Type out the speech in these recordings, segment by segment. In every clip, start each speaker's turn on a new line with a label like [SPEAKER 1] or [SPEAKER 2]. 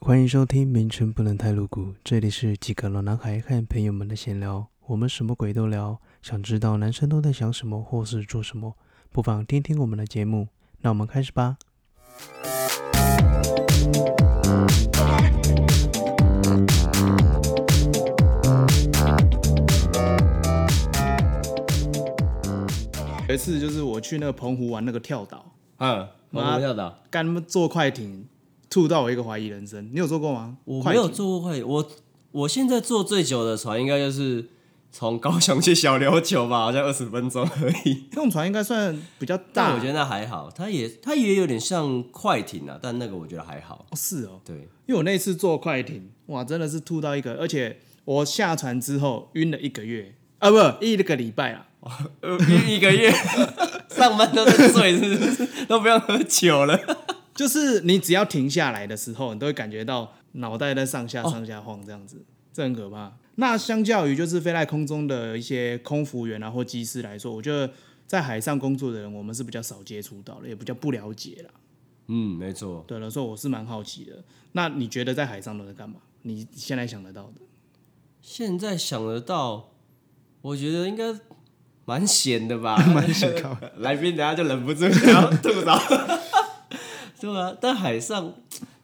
[SPEAKER 1] 欢迎收听，名称不能太露骨。这里是几个老男孩和朋友们的闲聊，我们什么鬼都聊。想知道男生都在想什么或是做什么，不妨听听我们的节目。那我们开始吧。有一次就是我去那个澎湖玩那个跳岛，
[SPEAKER 2] 嗯，我
[SPEAKER 1] 妈
[SPEAKER 2] 不跳岛，
[SPEAKER 1] 干他妈坐快艇，吐到我一个怀疑人生。你有坐过吗？
[SPEAKER 2] 我
[SPEAKER 1] 快
[SPEAKER 2] 没有
[SPEAKER 1] 艇
[SPEAKER 2] 坐过快艇，我我现在坐最久的船应该就是从高雄去小琉球吧，好像二十分钟而已。
[SPEAKER 1] 那种船应该算比较大，
[SPEAKER 2] 但我觉得那还好，它也它也有点像快艇啊，但那个我觉得还好。
[SPEAKER 1] 哦是哦，
[SPEAKER 2] 对，
[SPEAKER 1] 因为我那一次坐快艇，哇，真的是吐到一个，而且我下船之后晕了一个月，啊不，一个礼拜啊，
[SPEAKER 2] 呃，一一个月 上班都在醉，是不是？都不用喝酒了。
[SPEAKER 1] 就是你只要停下来的时候，你都会感觉到脑袋在上下上下晃这样子，这很可怕。那相较于就是飞在空中的一些空服员啊或机师来说，我觉得在海上工作的人，我们是比较少接触到的，也比较不了解啦。
[SPEAKER 2] 嗯，没错。
[SPEAKER 1] 对了，所以我是蛮好奇的。那你觉得在海上都在干嘛？你现在想得到的？
[SPEAKER 2] 现在想得到，我觉得应该蛮闲的吧，
[SPEAKER 1] 蛮闲靠。
[SPEAKER 2] 来宾等下就忍不住想要吐槽。 对啊，但海上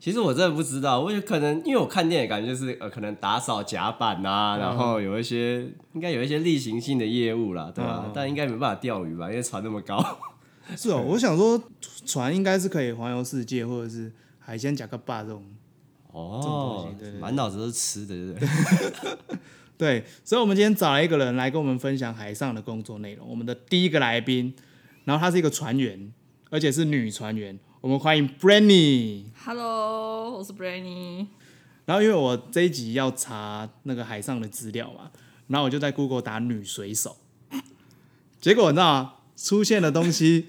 [SPEAKER 2] 其实我真的不知道，我有可能因为我看电影，感觉就是呃，可能打扫甲板
[SPEAKER 1] 嗯
[SPEAKER 2] 啊，然后有一些应该有一些例行性的业务啦，对吧、啊
[SPEAKER 1] 嗯
[SPEAKER 2] 但应该没办法钓鱼吧，因为船那么 高。
[SPEAKER 1] 是哦，我想说船应该是可以环游世界，或者是海鲜夹个霸这种。这种
[SPEAKER 2] 哦
[SPEAKER 1] 东西对对对，
[SPEAKER 2] 满脑子都是吃的，对不对？
[SPEAKER 1] 对，所以我们今天找来一个人来跟我们分享海上的工作内容。我们的第一个来宾，然后她是一个船员，而且是女船员。我们欢迎 Branny。
[SPEAKER 3] Hello，我是 Branny。
[SPEAKER 1] 然后因为我这一集要查那个海上的资料嘛，然后我就在 Google 打女水手，结果你知道吗？出现的东西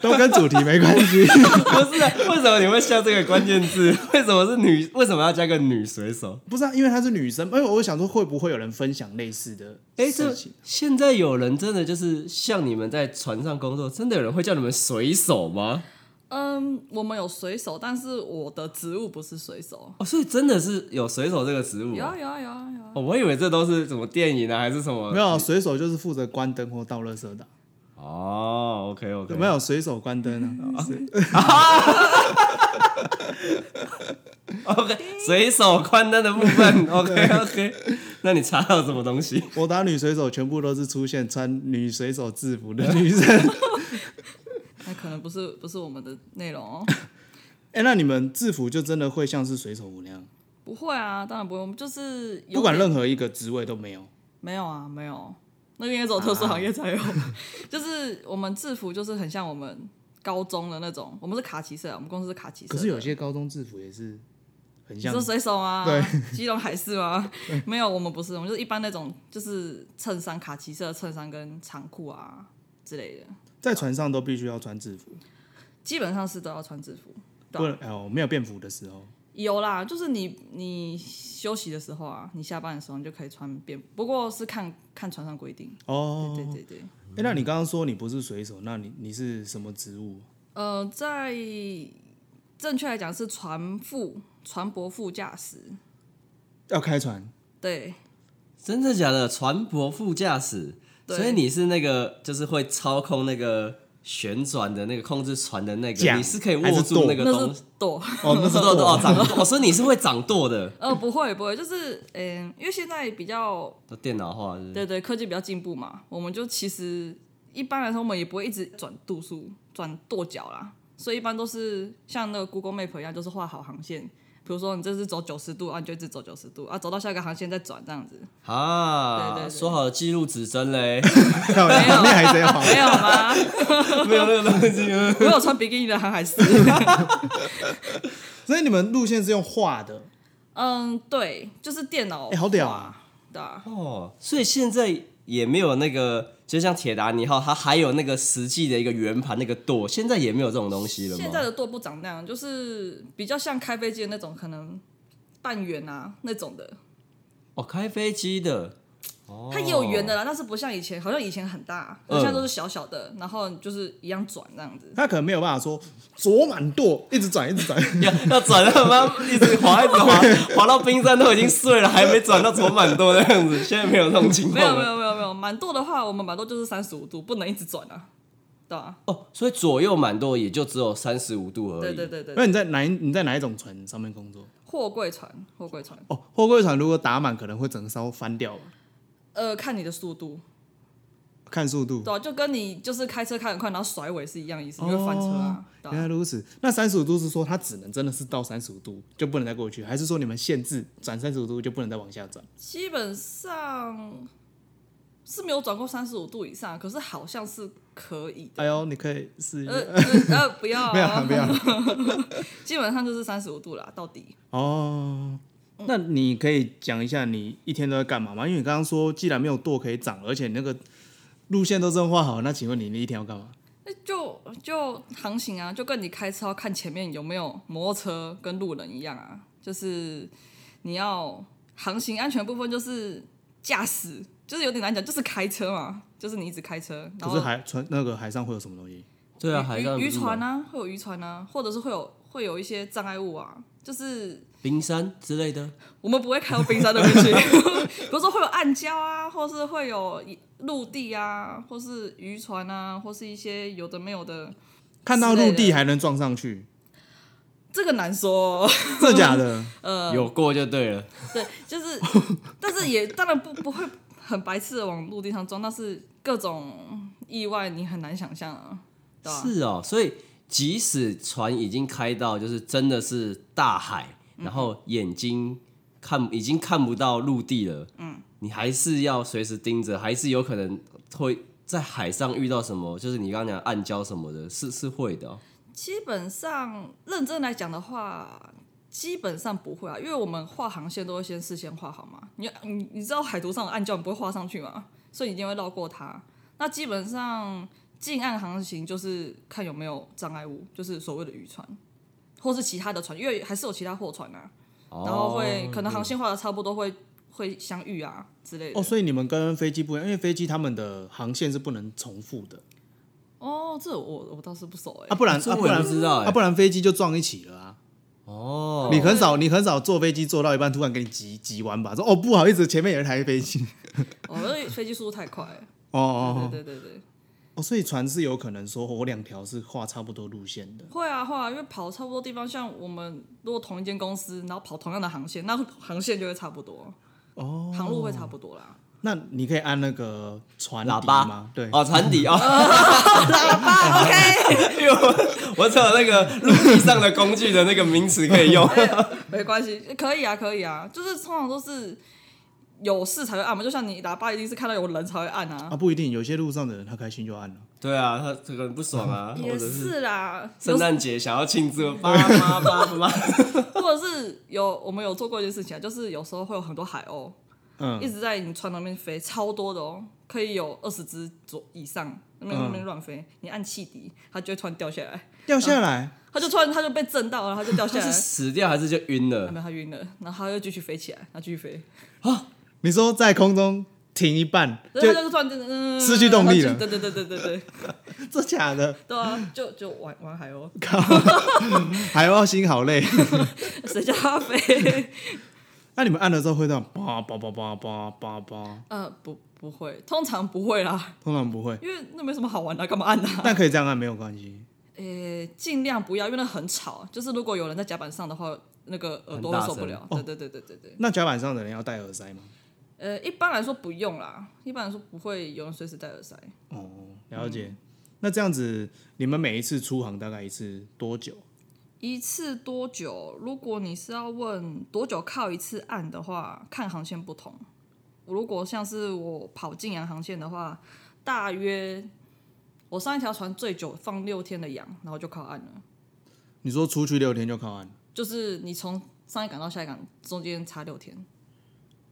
[SPEAKER 1] 都跟主题没关系。
[SPEAKER 2] 不是啊，为什么你会下这个关键字？ 为什么是女？为什么要加个女水手？
[SPEAKER 1] 不是啊，因为她是女生，因为我想说会不会有人分享类似的
[SPEAKER 2] 哎、
[SPEAKER 1] 事
[SPEAKER 2] 这
[SPEAKER 1] 情？
[SPEAKER 2] 现在有人真的就是像你们在船上工作，真的有人会叫你们水手吗？
[SPEAKER 3] 嗯，我们有水手，但是我的职务不是水手。
[SPEAKER 2] 哦，所以真的是有水手这个职务、
[SPEAKER 3] 有
[SPEAKER 2] 啊
[SPEAKER 3] 啊有啊有啊有啊。
[SPEAKER 2] 哦，我以为这都是什么电影啊，还是什么？
[SPEAKER 1] 没有水手就是负责关灯或倒垃圾的啊，
[SPEAKER 2] 哦，OK OK，
[SPEAKER 1] 有没有水手关灯啊？是
[SPEAKER 2] OK，水手关灯的部 分 OK OK，那你查到什么东西？
[SPEAKER 1] 我打女水手全部都是出现穿女水手制服的女 生。
[SPEAKER 3] 那可能不是不是我们的内容 哦。
[SPEAKER 1] 哎、那你们制服就真的会像是水手服那样，
[SPEAKER 3] 不会啊，当然不会，我们就是有
[SPEAKER 1] 不管
[SPEAKER 3] 点
[SPEAKER 1] 任何一个职位都没有。
[SPEAKER 3] 没有啊没有，那个应该只有特殊行业才有。
[SPEAKER 1] 啊
[SPEAKER 3] 就是我们制服就是很像我们高中的那种，我们是卡其色啊，我们公司是卡其色的。
[SPEAKER 1] 可是有些高中制服也是很
[SPEAKER 3] 你
[SPEAKER 1] 像
[SPEAKER 3] 说，水手啊，
[SPEAKER 1] 对，
[SPEAKER 3] 基隆海事 吗？没有，我们不是，我们就是一般那种就是衬衫、卡其色的衬衫跟长裤啊之类的。
[SPEAKER 1] 在船上都必须要穿制服，
[SPEAKER 3] 基本上是都要穿制服。对啊
[SPEAKER 1] 不能哦，没有便服的时候。
[SPEAKER 3] 有啦，就是你你休息的时候啊，你下班的时候你就可以穿便服，不过是看看船上规定。
[SPEAKER 1] 哦，
[SPEAKER 3] 对对对对，
[SPEAKER 1] 哎、那你刚刚说你不是水手，那你你是什么职务？
[SPEAKER 3] 呃，在正确来讲是船副、船舶副驾驶。
[SPEAKER 1] 要开船？
[SPEAKER 3] 对，
[SPEAKER 2] 真的假的？船舶副驾驶，
[SPEAKER 3] 对
[SPEAKER 2] 所以你是那个就是会操控那个旋转的那个控制船的那个，
[SPEAKER 1] 桨
[SPEAKER 2] 你是可以握
[SPEAKER 1] 还是舵
[SPEAKER 2] 住那个
[SPEAKER 3] 那
[SPEAKER 2] 东
[SPEAKER 3] 是舵。
[SPEAKER 1] 哦，那
[SPEAKER 2] 不
[SPEAKER 1] 是
[SPEAKER 2] 是
[SPEAKER 1] 舵
[SPEAKER 2] 舵舵哦，掌舵，哦所以你是会掌舵的，
[SPEAKER 3] 呃，不会不会，就是嗯、因为现在比较
[SPEAKER 2] 都电脑化是不是
[SPEAKER 3] 对对，科技比较进步嘛，我们就其实一般来说，我们也不会一直转度数、转跺脚啦，所以一般都是像那个 Google Map 一样，就是画好航线。比如说你这次走九十度啊，你就一直走九十度啊，走到下一个航线再转这样子，
[SPEAKER 2] 啊，
[SPEAKER 3] 对对对
[SPEAKER 2] 说好的记录指针嘞，
[SPEAKER 1] 靠呀，旁边还贼好。
[SPEAKER 3] 没有吗？
[SPEAKER 2] 没有那个东西。嗯
[SPEAKER 3] 我有穿比基尼的航海师。
[SPEAKER 1] 所以你们路线是用画的，
[SPEAKER 3] 嗯，对，就是电脑。
[SPEAKER 1] 哎、好屌！啊！
[SPEAKER 3] 对啊，
[SPEAKER 2] 哦，所以现在也没有那个，就像铁达尼号，它还有那个实际的一个圆盘那个舵，现在也没有这种东西了吗？
[SPEAKER 3] 现在的舵不长那样，就是比较像开飞机的那种，可能半圆啊那种的。
[SPEAKER 2] 哦，开飞机的，
[SPEAKER 3] 它也有圆的啦，但是不像以前，好像以前很大，
[SPEAKER 1] 嗯
[SPEAKER 3] 好像都是小小的，然后就是一样转这样子。
[SPEAKER 1] 他可能没有办法说左满舵，一直转，一直 转。
[SPEAKER 2] 要要转到妈一直滑一直滑，滑到冰山都已经碎了，还没转到左满舵那样子。现在没有这种情
[SPEAKER 3] 没
[SPEAKER 2] 况
[SPEAKER 3] 有没
[SPEAKER 2] 了。
[SPEAKER 3] 有没有没有，满舵的话，我们满舵就是三十五度，不能一直转啊，对吧、
[SPEAKER 2] 哦，所以左右满舵也就只有三十五度而已。
[SPEAKER 3] 对对对对，
[SPEAKER 1] 那你在哪一你在哪一种船上面工作？
[SPEAKER 3] 货柜船，货柜船，
[SPEAKER 1] 哦，货柜船如果打满，可能会整艘翻掉吧。
[SPEAKER 3] 呃，看你的速度，
[SPEAKER 1] 看速度，
[SPEAKER 3] 对、啊，就跟你就是开车开很快，然后甩尾是一样意思，你会翻车啊，对
[SPEAKER 1] 哦原
[SPEAKER 3] 吧、
[SPEAKER 1] 来如此。那三十五度是说它只能真的是到三十五度就不能再过去，还是说你们限制转三十五度就不能再往下转？
[SPEAKER 3] 基本上是没有转过三十五度以上，可是好像是可以 的。
[SPEAKER 1] 哎呦，你可以试一下
[SPEAKER 3] 呃。呃呃，不要、啊，
[SPEAKER 1] 没有啊，没有啊。
[SPEAKER 3] 基本上就是三十五度啦，到底。
[SPEAKER 1] 哦，那你可以讲一下你一天都在干嘛吗？因为你刚刚说既然没有舵可以涨，而且你那个路线都正画好，那请问你你一天要干嘛？
[SPEAKER 3] 那就就航行啊，就跟你开车要看前面有没有摩托车跟路人一样啊，就是你要航行安全部分就是驾驶，就是有点难讲，就是开车嘛，就是你一直开车，然
[SPEAKER 1] 可
[SPEAKER 3] 后
[SPEAKER 1] 是海船那个海上会有什么东西？
[SPEAKER 2] 对啊，海上
[SPEAKER 3] 渔渔
[SPEAKER 2] 不是吗
[SPEAKER 3] 船啊，会有渔船啊，或者是会有会有一些障碍物啊，就是
[SPEAKER 2] 冰山之类的。
[SPEAKER 3] 我们不会开到冰山那边 去，比如说会有暗礁啊，或是会有陆地啊，或是渔船啊，或是一些有的没有的，
[SPEAKER 1] 看到陆
[SPEAKER 3] 之类
[SPEAKER 1] 地
[SPEAKER 3] 的
[SPEAKER 1] 还能撞上 去，
[SPEAKER 3] 这个难说、哦。
[SPEAKER 1] 这假的？
[SPEAKER 2] 有过就对了。
[SPEAKER 3] 对，就是，但是也当然不不会很白痴的往陆地上撞，但是各种意外你很难想象啊，对吧、
[SPEAKER 2] 是哦，所以即使船已经开到就是真的是大海，
[SPEAKER 3] 嗯
[SPEAKER 2] 然后眼睛看已经看不到陆地了，嗯，你还是要随时盯着，还是有可能会在海上遇到什么，就是你刚刚讲暗礁什么的，是是会的哦、
[SPEAKER 3] 基本上认真来讲的话，基本上不会啊，因为我们画航线都会先事先画好嘛。你你你知道海图上的暗礁你不会画上去嘛，所以你一定会绕过它。那基本上近岸航行就是看有没有障碍物，就是所谓的渔船，或是其他的船，因为还是有其他货船啊。
[SPEAKER 2] 哦
[SPEAKER 3] 然后会、可能航线画的差不多会会相遇啊之类的。
[SPEAKER 1] 哦，所以你们跟飞机不一样，因为飞机他们的航线是不能重复的
[SPEAKER 3] 哦这我我倒是不熟哎、
[SPEAKER 1] 啊，不然
[SPEAKER 2] 这
[SPEAKER 1] 啊不
[SPEAKER 2] 我也
[SPEAKER 1] 然
[SPEAKER 2] 不知道哎
[SPEAKER 1] 啊不然飞机就撞一起了啊。
[SPEAKER 2] 哦，
[SPEAKER 1] 你很少你很少坐飞机坐到一半，突然给你急急弯吧，说哦不好意思，前面有一台飞机。
[SPEAKER 3] 哦，因为飞机速度太快了。
[SPEAKER 1] 哦哦哦，
[SPEAKER 3] 对对对对
[SPEAKER 1] 哦，所以船是有可能说我两条是画差不多路线的
[SPEAKER 3] 对，会啊会啊，因为跑差不多地方，像我们如果同一间公司，然后跑同样的航线，那航线就会差不多。哦，航路会差不多啦。
[SPEAKER 1] 那你可以按那个船
[SPEAKER 2] 喇
[SPEAKER 1] 底
[SPEAKER 2] 叭
[SPEAKER 1] 吗？对，
[SPEAKER 2] 哦，船底哦，
[SPEAKER 3] 喇叭 OK，
[SPEAKER 2] 因为我我只有那个陆地上的工具的那个名词可以 用。
[SPEAKER 3] 没关系，可以啊可以啊，就是通常都是有事才会按嘛，就像你喇叭一定是看到有人才会按啊。
[SPEAKER 1] 啊不一定，有些路上的人他开心就按了。
[SPEAKER 2] 对啊，他这个人不爽啊，或
[SPEAKER 3] 也
[SPEAKER 2] 者是
[SPEAKER 3] 是啦，有
[SPEAKER 2] 圣诞节想要庆 祝，叭叭叭叭叭。
[SPEAKER 3] 或者是有我们有做过一件事情啊，就是有时候会有很多海鸥一
[SPEAKER 1] 嗯，
[SPEAKER 3] 直在你船那边飞，超多的哦，可以有二十只左以上，那边
[SPEAKER 1] 嗯
[SPEAKER 3] 那边乱飞，你按汽笛，它就会突然掉下来，
[SPEAKER 1] 掉下来，
[SPEAKER 2] 啊
[SPEAKER 3] 它就突然它就被震到了，它就掉下
[SPEAKER 2] 他
[SPEAKER 3] 来
[SPEAKER 2] 是，死掉还是就晕
[SPEAKER 3] 啊
[SPEAKER 2] 了？
[SPEAKER 3] 没有它晕了，然后它又继续飞起来，它继续飞，
[SPEAKER 1] 你说在空中停一半，
[SPEAKER 3] 然后
[SPEAKER 1] 就
[SPEAKER 3] 它就突然嗯
[SPEAKER 1] 失去动力了
[SPEAKER 3] 它就对对对对对对，
[SPEAKER 1] 这假的，
[SPEAKER 3] 对啊，就就玩玩海哦鸥，
[SPEAKER 1] 海鸥心好累。
[SPEAKER 3] 谁叫它飞？
[SPEAKER 1] 那你们按的时候会这样叭叭叭叭叭叭叭，
[SPEAKER 3] 呃，不不会，通常不会啦，
[SPEAKER 1] 通常不会，
[SPEAKER 3] 因为那没什么好玩的，干嘛按呢、
[SPEAKER 1] 但可以这样按没有关系。
[SPEAKER 3] 呃，尽量不要，因为那很吵。就是如果有人在甲板上的话，那个耳朵会受不了。对对对对对对。
[SPEAKER 1] 那甲板上的人要戴耳塞吗？
[SPEAKER 3] 呃，一般来说不用啦，一般来说不会有人随时戴耳塞。
[SPEAKER 1] 哦，了解。
[SPEAKER 2] 嗯
[SPEAKER 1] 那这样子，你们每一次出航大概一次多久？
[SPEAKER 3] 一次多久？如果你是要问多久靠一次岸的话，看航线不同。如果像是我跑晋阳航线的话，大约我上一条船最久放六天的洋，然后就靠岸了。
[SPEAKER 1] 你说出去六天就靠岸，哦
[SPEAKER 3] 就是你从上一港到下一港中间差六天。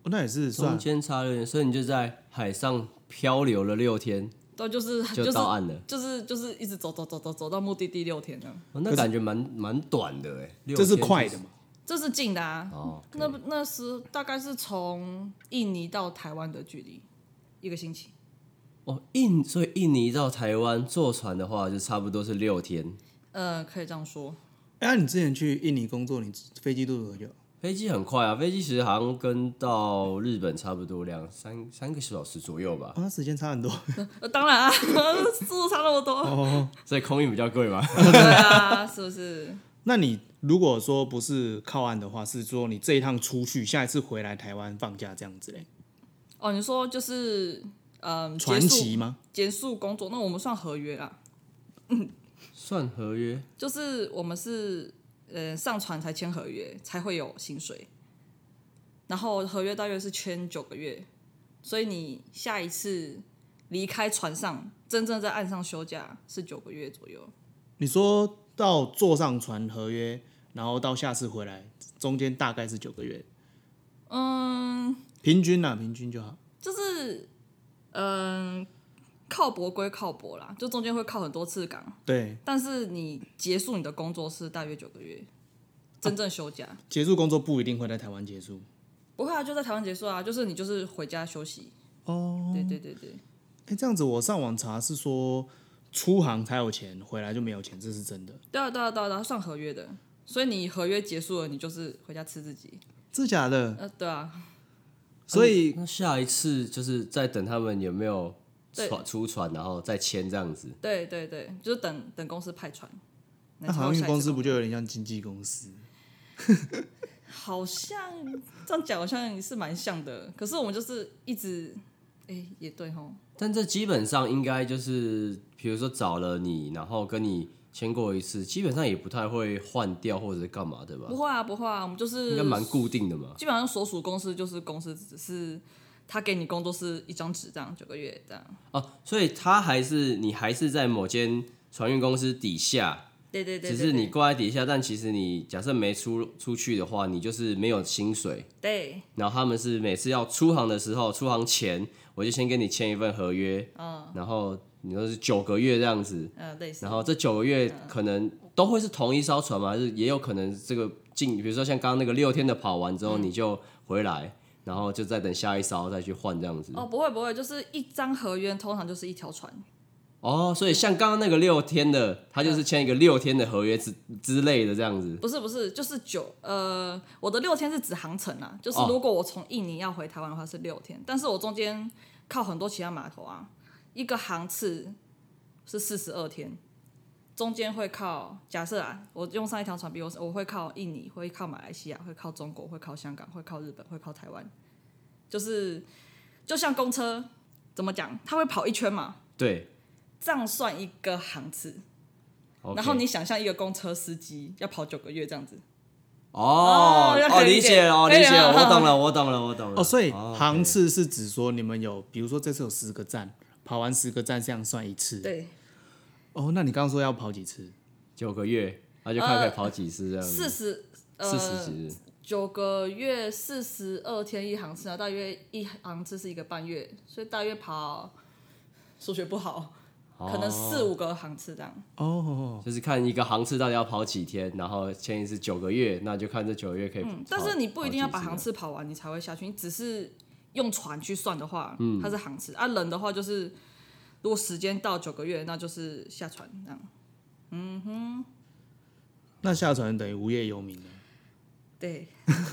[SPEAKER 1] 哦那也是
[SPEAKER 2] 中
[SPEAKER 1] 算
[SPEAKER 2] 间差六点，所以你就在海上漂流了六天，
[SPEAKER 3] 对，就是
[SPEAKER 2] 啊就是到岸了。
[SPEAKER 3] 就是就是一直走走走走走到目的地六天呢、
[SPEAKER 2] 哦那感觉蛮蛮短的哎，六
[SPEAKER 1] 这
[SPEAKER 2] 天
[SPEAKER 1] 是快的嘛？
[SPEAKER 3] 这是近的啊。
[SPEAKER 2] 哦。
[SPEAKER 3] 那那时大概是从印尼到台湾的距离，一个星期。
[SPEAKER 2] 哦，印所以印尼到台湾坐船的话，就差不多是六天。
[SPEAKER 3] 呃，可以这样说，
[SPEAKER 1] 哎、啊，你之前去印尼工作，你飞机渡多久？哦
[SPEAKER 2] 飞机很快啊，飞机其实好像跟到日本差不多两三三个小时左右吧，
[SPEAKER 1] 啊，时间差很多。
[SPEAKER 3] 呃，当然啊， 速度差那么多，
[SPEAKER 1] 哦，
[SPEAKER 2] 所以空运比较贵嘛。
[SPEAKER 3] 对啊，是不是？
[SPEAKER 1] 那你如果说不是靠岸的话，是说你这一趟出去，下一次回来台湾放假这样子嘞？
[SPEAKER 3] 哦，你说就是嗯，结
[SPEAKER 1] 传
[SPEAKER 3] 束
[SPEAKER 1] 奇吗？
[SPEAKER 3] 结束工作，那我们算合约啊，
[SPEAKER 2] 算合约
[SPEAKER 3] 就是我们是呃上船才签合约，才会有薪水。然后合约大约是签九个月，所以你下一次离开船上，真正在岸上休假是九个月左右。
[SPEAKER 1] 你说到坐上船合约，然后到下次回来，中间大概是九个月，
[SPEAKER 3] 嗯，
[SPEAKER 1] 平均啦，平均就好。
[SPEAKER 3] 就是嗯，靠泊归靠泊啦，就中间会靠很多次港，
[SPEAKER 1] 对，
[SPEAKER 3] 但是你结束你的工作是大约九个月，真正休假。
[SPEAKER 1] 结束工作不一定会在台湾结束，
[SPEAKER 3] 不会啊，就在台湾结束啊，就是你就是回家休息。哦，对对对对，
[SPEAKER 1] 哎、这样子我上网查是说出航才有钱，回来就没有钱，这是真的，
[SPEAKER 3] 对啊对啊对啊，对啊算合约的，所以你合约结束了，你就是回家吃自己。
[SPEAKER 1] 真假的？
[SPEAKER 3] 呃，对啊，
[SPEAKER 1] 所以
[SPEAKER 2] 那下一次就是再等他们有没有
[SPEAKER 3] 对
[SPEAKER 2] 船出船，然后再签这样子。
[SPEAKER 3] 对对对，就是等等公司派船。
[SPEAKER 1] 那航运公司不
[SPEAKER 3] 就
[SPEAKER 1] 就有点像经纪公司？
[SPEAKER 3] 好像这样讲，好像是蛮像的。可是我们就是一直，哎，也对吼，
[SPEAKER 2] 但这基本上应该就是，比如说找了你，然后跟你签过一次，基本上也不太会换掉或者是干嘛，对吧
[SPEAKER 3] 不？会啊不会啊，我们就是
[SPEAKER 2] 应该蛮固定的嘛。
[SPEAKER 3] 基本上所属公司就是公司，只是他给你工作是一张纸，这样九个月这样。
[SPEAKER 2] 哦，所以他还是你还是在某间船运公司底下，
[SPEAKER 3] 对对对，
[SPEAKER 2] 只
[SPEAKER 3] 对
[SPEAKER 2] 是你
[SPEAKER 3] 对
[SPEAKER 2] 挂在底下，但其实你假设没出出去的话，你就是没有薪水。
[SPEAKER 3] 对，
[SPEAKER 2] 然后他们是每次要出航的时候，出航前我就先跟你签一份合约，
[SPEAKER 3] 嗯
[SPEAKER 2] 然后你说是九个月这样子，
[SPEAKER 3] 呃类似
[SPEAKER 2] 然，后这九个月
[SPEAKER 3] 嗯
[SPEAKER 2] 可能都会是同一艘船嘛，还是也有可能这个进，比如说像刚刚那个六天的跑完之后
[SPEAKER 3] 嗯
[SPEAKER 2] 你就回来，然后就再等下一艘再去换这样子。
[SPEAKER 3] 哦不会不会，就是一张合约通常就是一条船，
[SPEAKER 2] 哦，所以像刚刚那个六天的，他就是签一个六天的合约之之类的这样子。
[SPEAKER 3] 不是不是，就是九呃，我的六天是指航程啊，就是
[SPEAKER 2] 哦
[SPEAKER 3] 如果我从印尼要回台湾的话是六天，但是我中间靠很多其他码头啊，一个航次是四十二天，中间会靠假设啊，我用上一条船，比如说我会靠印尼，会靠马来西亚，会靠中国，会靠香港，会靠日本，会靠台湾，就是就像公车怎么讲，它会跑一圈嘛，
[SPEAKER 2] 对
[SPEAKER 3] 这样算一个航次。
[SPEAKER 2] ，OK，
[SPEAKER 3] 然后你想象一个公车司机要跑九个月这样子，
[SPEAKER 2] 哦
[SPEAKER 3] 哦要
[SPEAKER 2] 哦，
[SPEAKER 3] 可以
[SPEAKER 2] 理
[SPEAKER 3] 理
[SPEAKER 2] 解
[SPEAKER 3] 解啊
[SPEAKER 2] 了，哦
[SPEAKER 3] 可
[SPEAKER 2] 理
[SPEAKER 3] 以
[SPEAKER 2] 解了，
[SPEAKER 3] 了
[SPEAKER 2] 我懂了，我懂了，我懂了。
[SPEAKER 1] 哦，所以
[SPEAKER 2] ，OK
[SPEAKER 1] 航次是指说你们有，比如说这次有十个站，跑完十个站这样算一次。。
[SPEAKER 3] 对，
[SPEAKER 1] 哦，那你刚刚说要跑几次？
[SPEAKER 2] 九个月，那就看可以跑几次这样
[SPEAKER 3] 呃四
[SPEAKER 2] 子，
[SPEAKER 3] 十
[SPEAKER 2] 四十
[SPEAKER 3] 呃
[SPEAKER 2] 几日。
[SPEAKER 3] 九个月四十二天一航次啊，大约一航次是一个半月，所以大约跑数学不好，可能四五个航次这样。
[SPEAKER 1] 哦，
[SPEAKER 2] 就是看一个航次到底要跑几天，然后签一次九个月，那就看这九个月可以跑。
[SPEAKER 3] 嗯，但是你不一定要把
[SPEAKER 2] 跑
[SPEAKER 3] 航
[SPEAKER 2] 几次
[SPEAKER 3] 次跑完你才会下去，你只是用船去算的话，它是航次啊，人的话就是如果时间到九个月，那就是下船这样。
[SPEAKER 1] 那下船等于无业游民了。
[SPEAKER 3] 对，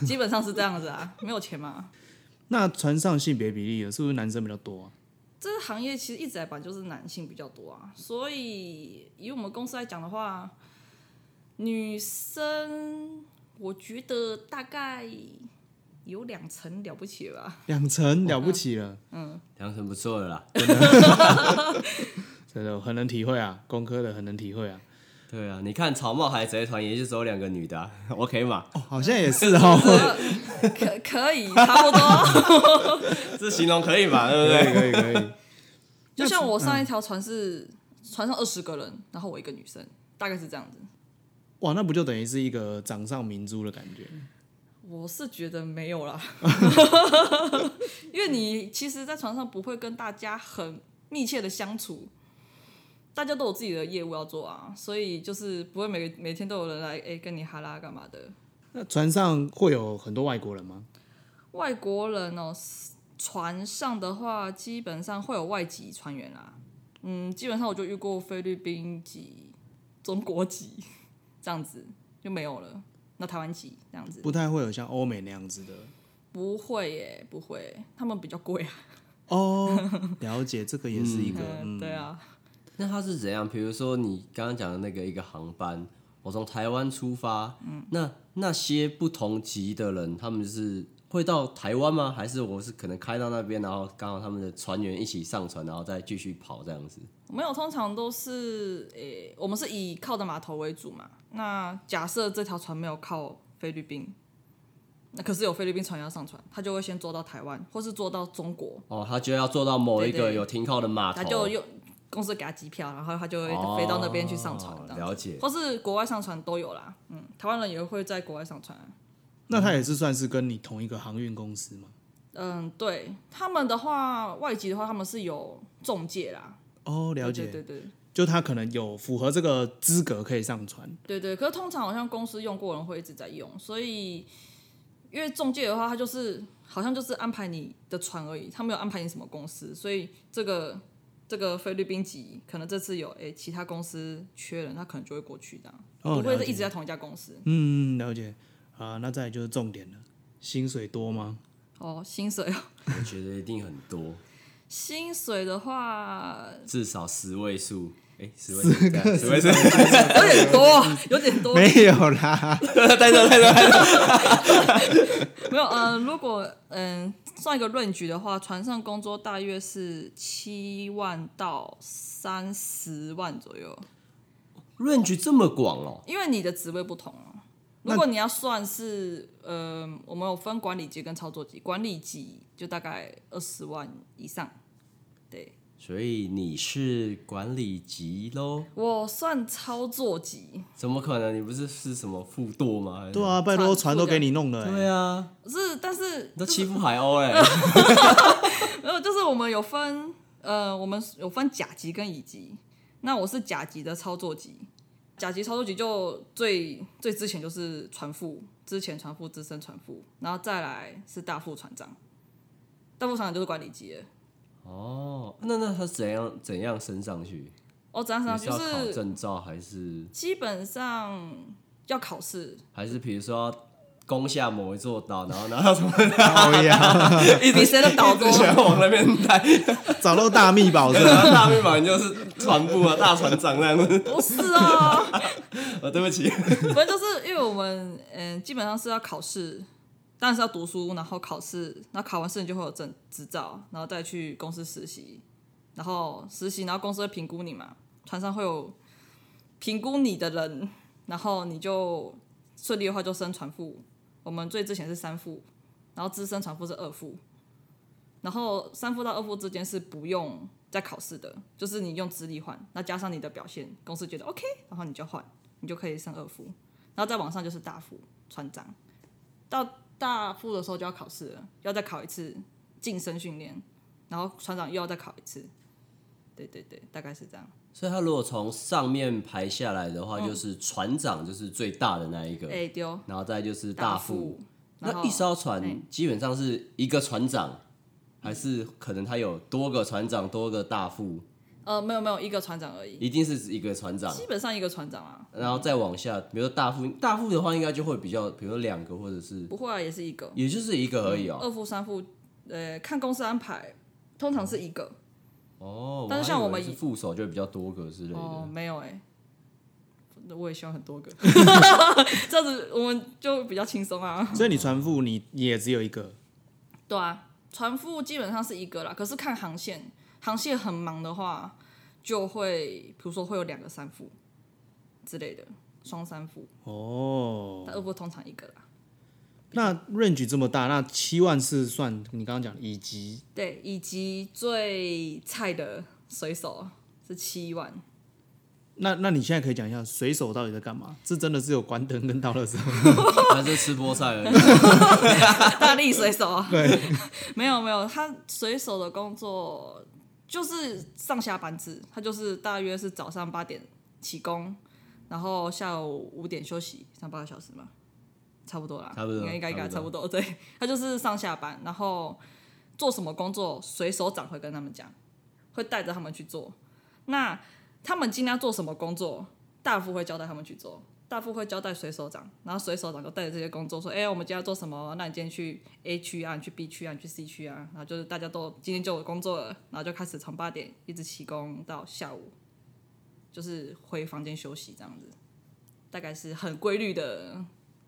[SPEAKER 3] 基本上是这样子啊，没有钱嘛。
[SPEAKER 1] 那船上性别比例有是不是男生比较多啊？
[SPEAKER 3] 这个行业其实一直来本来就是男性比较多啊，所以以我们公司来讲的话，女生我觉得大概有两成了不起了吧。
[SPEAKER 1] 两成了不起了，
[SPEAKER 2] 两成不错了啦。
[SPEAKER 1] 真的很能体会啊，工科的很能体会啊。
[SPEAKER 2] 对啊，你看草帽海贼团也就只有两个女的啊 ，OK 嘛？
[SPEAKER 1] 哦，好像也是哦。
[SPEAKER 3] 可 可以，差不多。
[SPEAKER 2] 这形容可以吧？对 不
[SPEAKER 1] 可
[SPEAKER 2] 对？
[SPEAKER 1] 以可以可以。
[SPEAKER 3] 就像我上一条船是船上二十个人，然后我一个女生，大概是这样子。
[SPEAKER 1] 哇，那不就等于是一个掌上明珠的感觉？
[SPEAKER 3] 我是觉得没有啦，因为你其实，在船上不会跟大家很密切的相处，大家都有自己的业务要做啊，所以就是不会每每天都有人来哎、诶跟你哈拉干嘛的。
[SPEAKER 1] 那船上会有很多外国人吗？
[SPEAKER 3] 外国人哦，是船上的话，基本上会有外籍船员啦。嗯，基本上我就遇过菲律宾籍、中国籍这样子就没有了。那台湾籍这样子
[SPEAKER 1] 不太会有像欧美那样子 的。
[SPEAKER 3] 不会耶，不会，他们比较贵啊。
[SPEAKER 1] 哦，了解，这个也是一个，
[SPEAKER 3] 嗯，对啊，
[SPEAKER 2] 那它是怎样？比如说你刚刚讲的那个一个航班，我从台湾出发，那那些不同级的人，他们是会到台湾吗？还是我是可能开到那边，然后刚好他们的船员一起上船，然后再继续跑这样子？
[SPEAKER 3] 没有，通常都是诶、我们是以靠的码头为主嘛。那假设这条船没有靠菲律宾，那可是有菲律宾船要上船，他就会先坐到台湾，或是坐到中国，
[SPEAKER 2] 哦，他就要坐到某一
[SPEAKER 3] 对
[SPEAKER 2] 个
[SPEAKER 3] 对
[SPEAKER 2] 有停靠的码头，
[SPEAKER 3] 他就用公司给他机票，然后他就会飞到那边去上船
[SPEAKER 2] 哦，
[SPEAKER 3] 这样子
[SPEAKER 2] 了解。
[SPEAKER 3] 或是国外上船都有啦。嗯，台湾人也会在国外上船啊。
[SPEAKER 1] 那它也是算是跟你同一个航运公司嘛？
[SPEAKER 3] 嗯，对他们的话，外籍的话，他们是有中介啦。
[SPEAKER 1] 哦，了解，
[SPEAKER 3] 对对对对
[SPEAKER 1] 就它可能有符合这个资格可以上船。
[SPEAKER 3] 对对，可是通常好像公司用过的人会一直在用，所以因为中介的话，他就是好像就是安排你的船而已，他没有安排你什么公司，所以这个这个菲律宾籍可能这次有诶其他公司缺人，他可能就会过去这样，
[SPEAKER 1] 哦，
[SPEAKER 3] 不会
[SPEAKER 1] 了
[SPEAKER 3] 是
[SPEAKER 1] 解
[SPEAKER 3] 一直在同一家公司。
[SPEAKER 1] 嗯，了解。啊，那再来就是重点了，薪水多吗？
[SPEAKER 3] 哦，薪水哦，
[SPEAKER 2] 我觉得一定很多，
[SPEAKER 3] 薪水的话
[SPEAKER 2] 至少十位数。哎，十位数对啊，十位数，
[SPEAKER 3] 有点多，有点多，
[SPEAKER 1] 没有 啦，
[SPEAKER 2] 带着带着，
[SPEAKER 3] 没有，呃，如果嗯算一个论局的话，船上工作大约是七万到三十万左右，
[SPEAKER 2] 润局这么广哦，
[SPEAKER 3] 因为你的职位不同哦。如果你要算是，呃，我们有分管理级跟操作级，管理级就大概二十万以上。对
[SPEAKER 2] 所以你是管理级喽？
[SPEAKER 3] 我算操作级，
[SPEAKER 2] 怎么可能？你不是是什么副舵吗？还是
[SPEAKER 1] 对啊，拜托船都给你弄了、欸，
[SPEAKER 2] 对啊，
[SPEAKER 3] 是但是
[SPEAKER 2] 你都欺负海 鸥嘞、
[SPEAKER 3] 没有，就是我们有分，呃，我们有分甲级跟乙级。那我是甲级的操作级，甲级操作级就最最之前就是船副，之前船副、资深船副，然后再来是大副船长，大副船长就是管理级了。
[SPEAKER 2] 哦，那那他怎样怎样升上去？
[SPEAKER 3] 哦，怎样怎样，
[SPEAKER 2] 你是
[SPEAKER 3] 就
[SPEAKER 2] 要考
[SPEAKER 3] 是
[SPEAKER 2] 证照还是
[SPEAKER 3] 基本上要 考试，
[SPEAKER 2] 还是比如说要攻下某一座岛，然后拿到什么
[SPEAKER 1] 哎呀，
[SPEAKER 3] 比谁的 岛 多。
[SPEAKER 2] 全往那边带，
[SPEAKER 1] 找到欸大秘宝是
[SPEAKER 2] 然
[SPEAKER 1] 吧？
[SPEAKER 2] 后大密码你就是船部啊，大船长那样子。
[SPEAKER 3] 不是啊，
[SPEAKER 2] 哦，对不起，
[SPEAKER 3] 反正就是因为我们嗯，基本上是要考试，当然是要读书，然后考试，然后考完试你就会有证执照，然后再去公司实习，然后实习，然后公司会评估你嘛，船上会有评估你的人，然后你就顺利的话就升船副，我们最之前是三副，然后资深船副是二副，然后三副到二副之间是不用再考试的，就是你用资历换，那加上你的表现，公司觉得 OK，然后你就换，你就可以升二副，然后再往上就是大副船长，到大副的时候就要考试了，要再考一次晋升训练，然后船长又要再考一次，对对对，大概是这样。
[SPEAKER 2] 所以他如果从上面排下来的
[SPEAKER 3] 嗯
[SPEAKER 2] 话，就是船长就是最大的那一个，
[SPEAKER 3] 哎丢
[SPEAKER 2] 然后再就是副。
[SPEAKER 3] 副，然
[SPEAKER 2] 那
[SPEAKER 3] 后
[SPEAKER 2] 一艘船基本上是一个船长，还是可能他有多个船长、多个大副，
[SPEAKER 3] 呃没有没有一个船长而已，
[SPEAKER 2] 一定是一个船长。
[SPEAKER 3] 基本上一个船长啊，
[SPEAKER 2] 然后再往下，比如说大副，大副的话应该就会比较，比如说两个或者是，
[SPEAKER 3] 不嗯会啊也是一个，
[SPEAKER 2] 也就是一个而已哦。
[SPEAKER 3] 二副三副，呃看公司安排，通常是一个。
[SPEAKER 2] 哦，
[SPEAKER 3] 但是像
[SPEAKER 2] 我
[SPEAKER 3] 我
[SPEAKER 2] 还
[SPEAKER 3] 们
[SPEAKER 2] 以为是副手就会比较多个之类
[SPEAKER 3] 哦
[SPEAKER 2] 的，。
[SPEAKER 3] 没有哎、我也希望很多个， 这样子我们就比较轻松啊。
[SPEAKER 1] 所以你船副你也只有一个，
[SPEAKER 3] 对啊，船副基本上是一个啦，可是看航线，航线很忙的话，就会比如说会有两个三副之类的，双三副，
[SPEAKER 1] 哦，
[SPEAKER 3] 但二副通常一个啦。
[SPEAKER 1] 那 range 这么大，那七万是算你刚刚讲的乙级，
[SPEAKER 3] 对，以及最菜的水手是七万，
[SPEAKER 1] 那那你现在可以讲一下水手到底在干嘛？这真的是有关灯跟到的时候，
[SPEAKER 2] 还是吃菠菜而已。
[SPEAKER 3] 大力水手啊，对， 没有没有，他水手的工作就是上下班制，他就是大约是早上八点起工，然后下午五点休息，上八个小时嘛，差不多啦，
[SPEAKER 2] 差不多
[SPEAKER 3] 应该应该应该
[SPEAKER 2] 差
[SPEAKER 3] 差
[SPEAKER 2] 不
[SPEAKER 3] 不多，对，他就是上下班，然后做什么工作，水手长会跟他们讲，会带着他们去做。那他们今天要做什么工作，大副会交代他们去做。大副会交代水手长，然后水手长就带着这些工作说：“哎、我们今天要做什么？那你今天去 A 区啊，你去 B 区啊，你去 C 区啊。”然后就是大家都今天就有工作了，然后就开始从八点一直起工到下午，就是回房间休息这样子，大概是很规律的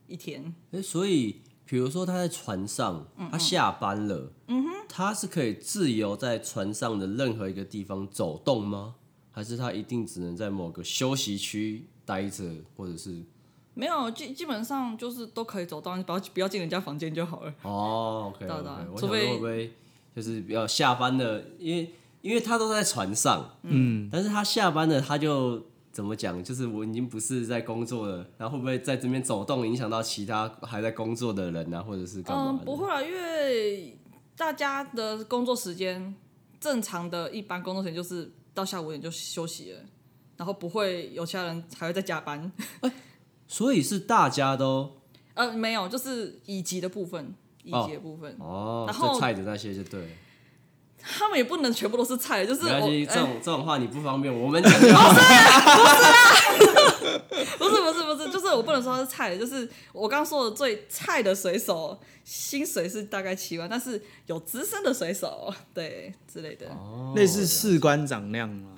[SPEAKER 3] 一天。
[SPEAKER 2] 哎，所以比如说他在船上，
[SPEAKER 3] 嗯
[SPEAKER 2] 他下班了，嗯哼，他是可以自由在船上的任何一个地方走动吗？还是他一定只能在某个休息区待着，或者是
[SPEAKER 3] 没有，基基本上就是都可以走到，你不要不要进人家房间就好了。
[SPEAKER 2] 哦，OK，,
[SPEAKER 3] 对
[SPEAKER 2] o
[SPEAKER 3] 对
[SPEAKER 2] k 我
[SPEAKER 3] 除
[SPEAKER 2] 想
[SPEAKER 3] 非
[SPEAKER 2] 说会不会就是要下班了，因为因为他都在船上，嗯，但是他下班了，他就怎么讲，就是我已经不是在工作了，然后会不会在这边走动影响到其他还在工作的人啊，或者是干嘛
[SPEAKER 3] 嗯，
[SPEAKER 2] 的？
[SPEAKER 3] 不会啦，因为大家的工作时间正常的一般工作时间就是到下午五点就休息了，然后不会有其他人还会再加班。
[SPEAKER 2] 所以是大家都
[SPEAKER 3] 呃，没有，就是乙级的部分，乙级的部分，
[SPEAKER 2] 哦，
[SPEAKER 3] 然后
[SPEAKER 2] 就菜的那些就对了，
[SPEAKER 3] 他们也不能全部都是菜，就是
[SPEAKER 2] 没
[SPEAKER 3] 我
[SPEAKER 2] 关系，这
[SPEAKER 3] 哎
[SPEAKER 2] 种这种话你不方便，我们讲就好。
[SPEAKER 3] 不是不是不是，就是我不能说他是菜，就是我刚刚说的最菜的水手，薪水是大概七万，但是有资深的水手，对之类的，
[SPEAKER 1] 类似士官长那样吗？